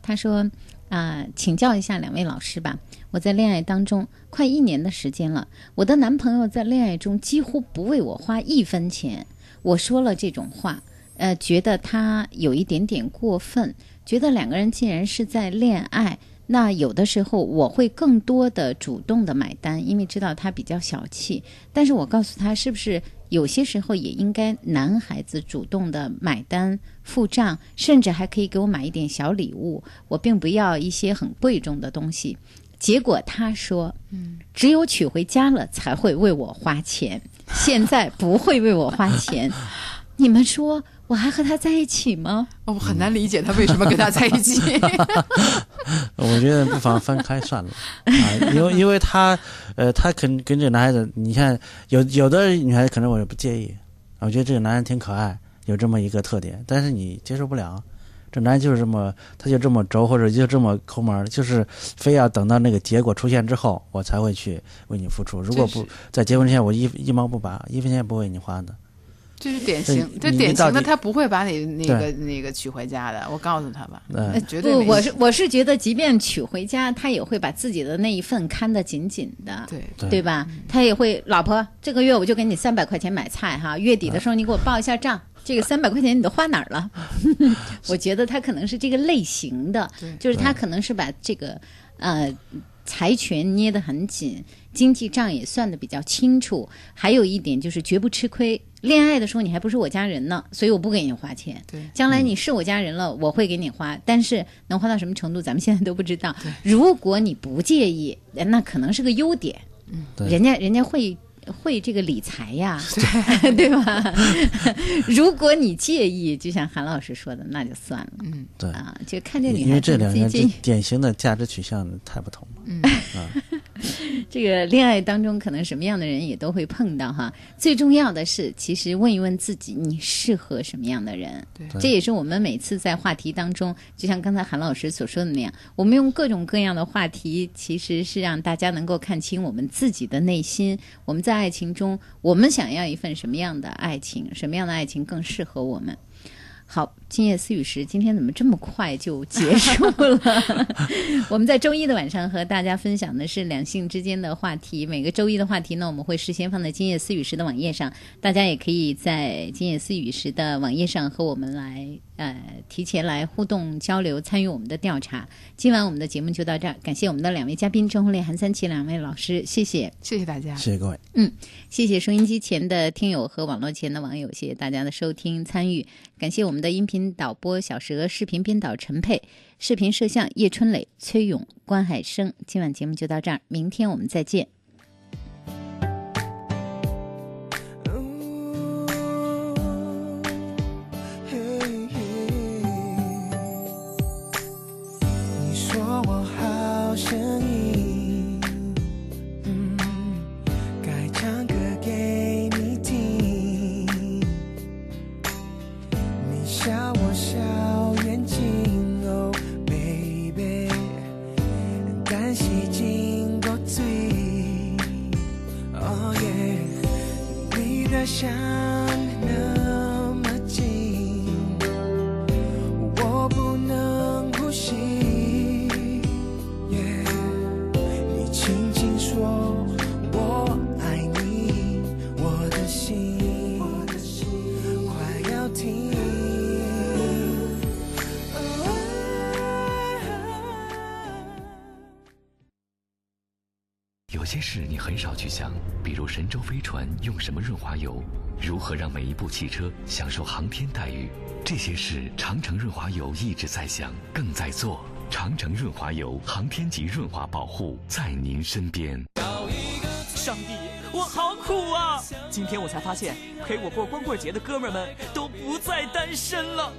S10: 她说啊、请教一下两位老师吧。我在恋爱当中快一年的时间了，我的男朋友在恋爱中几乎不为我花一分钱。我说了这种话，呃，觉得他有一点点过分，觉得两个人既然是在恋爱。那有的时候我会更多的主动的买单，因为知道他比较小气。但是我告诉他，是不是有些时候也应该男孩子主动的买单付账，甚至还可以给我买一点小礼物，我并不要一些很贵重的东西。结果他说，嗯，只有娶回家了才会为我花钱，现在不会为我花钱。 你们说我还和他在一起吗？
S11: 我很难理解他为什么跟他在一 起。
S12: 我觉得不妨分开算了啊，因为因为他呃，他肯跟这个男孩子，你看有有的女孩子可能我也不介意，啊我觉得这个男人挺可爱，有这么一个特点，但是你接受不了。这男人就是这么，他就这么轴，或者就这么抠门儿，就是非要等到那个结果出现之后，我才会去为你付出。如果
S11: 这
S12: 不
S11: 是
S12: 在结婚前，我一一毛不拔，一分钱也不为你花的。
S11: 这是典
S12: 对
S11: 型，这
S12: 你
S11: 典
S12: 你到
S11: 型的
S12: 底
S11: 他不会把你那
S12: 对
S11: 个那个娶回家的，我告诉他吧，
S12: 嗯
S11: 那绝对没
S10: 不，我
S11: 戏
S10: 是我是觉得，即便娶回家，他也会把自己的那一份看得紧紧的，对
S12: 对
S10: 吧？
S11: 嗯
S10: 他也会，老婆，这个月我就给你三百块钱买菜哈，月
S11: 嗯
S10: 底的时候你给我报一下账，这个三百块钱你都花哪儿了？ 我觉得他可能是这个类型的，就是他可能是把这个呃财权捏得很紧，经济账也算得比较清楚。还有一点就是绝不吃亏。恋爱的时候你还不是我家人呢，所以我不给你花钱。
S11: 对
S10: 将来你是我家人了，我会给你花，但是能花到什么程度，咱们现在都不知道。如果你不介意，呃那可能是个优点。
S12: 对
S10: 人家人家会会这个理财呀，对吧？ 如果你介意，就像韩老师说的，那就算了。嗯，
S12: 对
S10: 啊，就看这女
S12: 因
S10: 孩
S12: 为
S10: 子
S12: 这两
S10: 自
S12: 个
S10: 己
S12: 人
S10: 介
S12: 这
S10: 意。
S12: 典型的价值取向太不同了。
S10: 嗯
S12: 啊。
S10: 这个恋爱当中，可能什么样的人也都会碰到哈。最重要的是，其实问一问自己，你适合什么样的人？
S11: 对
S10: 这也是我们每次在话题当中，就像刚才韩老师所说的那样，我们用各种各样的话题，其实是让大家能够看清我们自己的内心。我们在爱情中，我们想要一份什么样的爱情？什么样的爱情更适合我们？好，今夜思雨时，今天怎么这么快就结束了？ 我们在周一的晚上和大家分享的是两性之间的话题。每个周一的话题呢，我们会事先放在今夜思雨时的网页上，大家也可以在今夜思雨时的网页上和我们来呃提前来互动交流，参与我们的调查。今晚我们的节目就到这儿，感谢我们的两位嘉宾郑红丽、韩三奇两位老师，谢谢，
S11: 谢谢大家，
S12: 谢谢各位。
S10: 嗯，谢谢收音机前的听友和网络前的网友，谢谢大家的收听参与，感谢我们的音频导播小蛇、视频编导陈佩、视频摄像叶春磊、崔勇、关海生。今晚节目就到这儿，明天我们再见。
S1: 哦你说我好声音，嗯，该唱歌给你听。你笑我小眼睛哦，baby，但是经过嘴，哦耶，离得像那么近。我不能呼吸。Yeah，你轻轻说我爱你，我的心快要停。
S13: 有些事你很少去想，比如神舟飞船用什么润滑油，如何让每一部汽车享受航天待遇，这些事长城润滑油一直在想，更在做。长城润滑油，航天级润滑保护，在您身边。
S2: 上帝，我好苦啊！今天我才发现，陪我过光棍节的哥们儿们都不再单身了。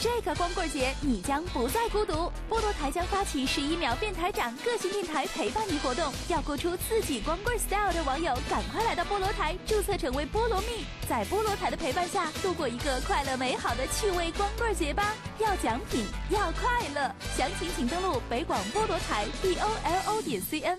S3: 这个光棍节，你将不再孤独。部落台将发起十一秒电台长个性电台陪伴你活动，要过出自己光棍 style 的网友，赶快来到菠萝台注册成为菠萝蜜，在菠萝台的陪伴下度过一个快乐美好的趣味光棍节吧。要奖品，要快乐，详情请登录北广菠萝台 b o l o 点 c n。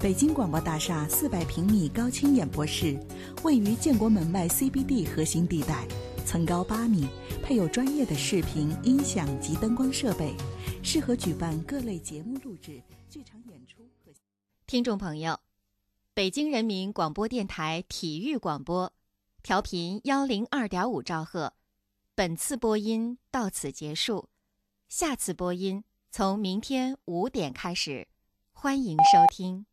S15: 北京广播大厦四百平米高清演播室，位于建国门外 CBD 核心地带，层高八米，配有专业的视频、音响及灯光设备，适合举办各类节目录制、剧场演出和。
S8: 听众朋友，北京人民广播电台体育广播，调频幺零二点五兆赫，本次播音到此结束，下次播音从明天五点开始，欢迎收听。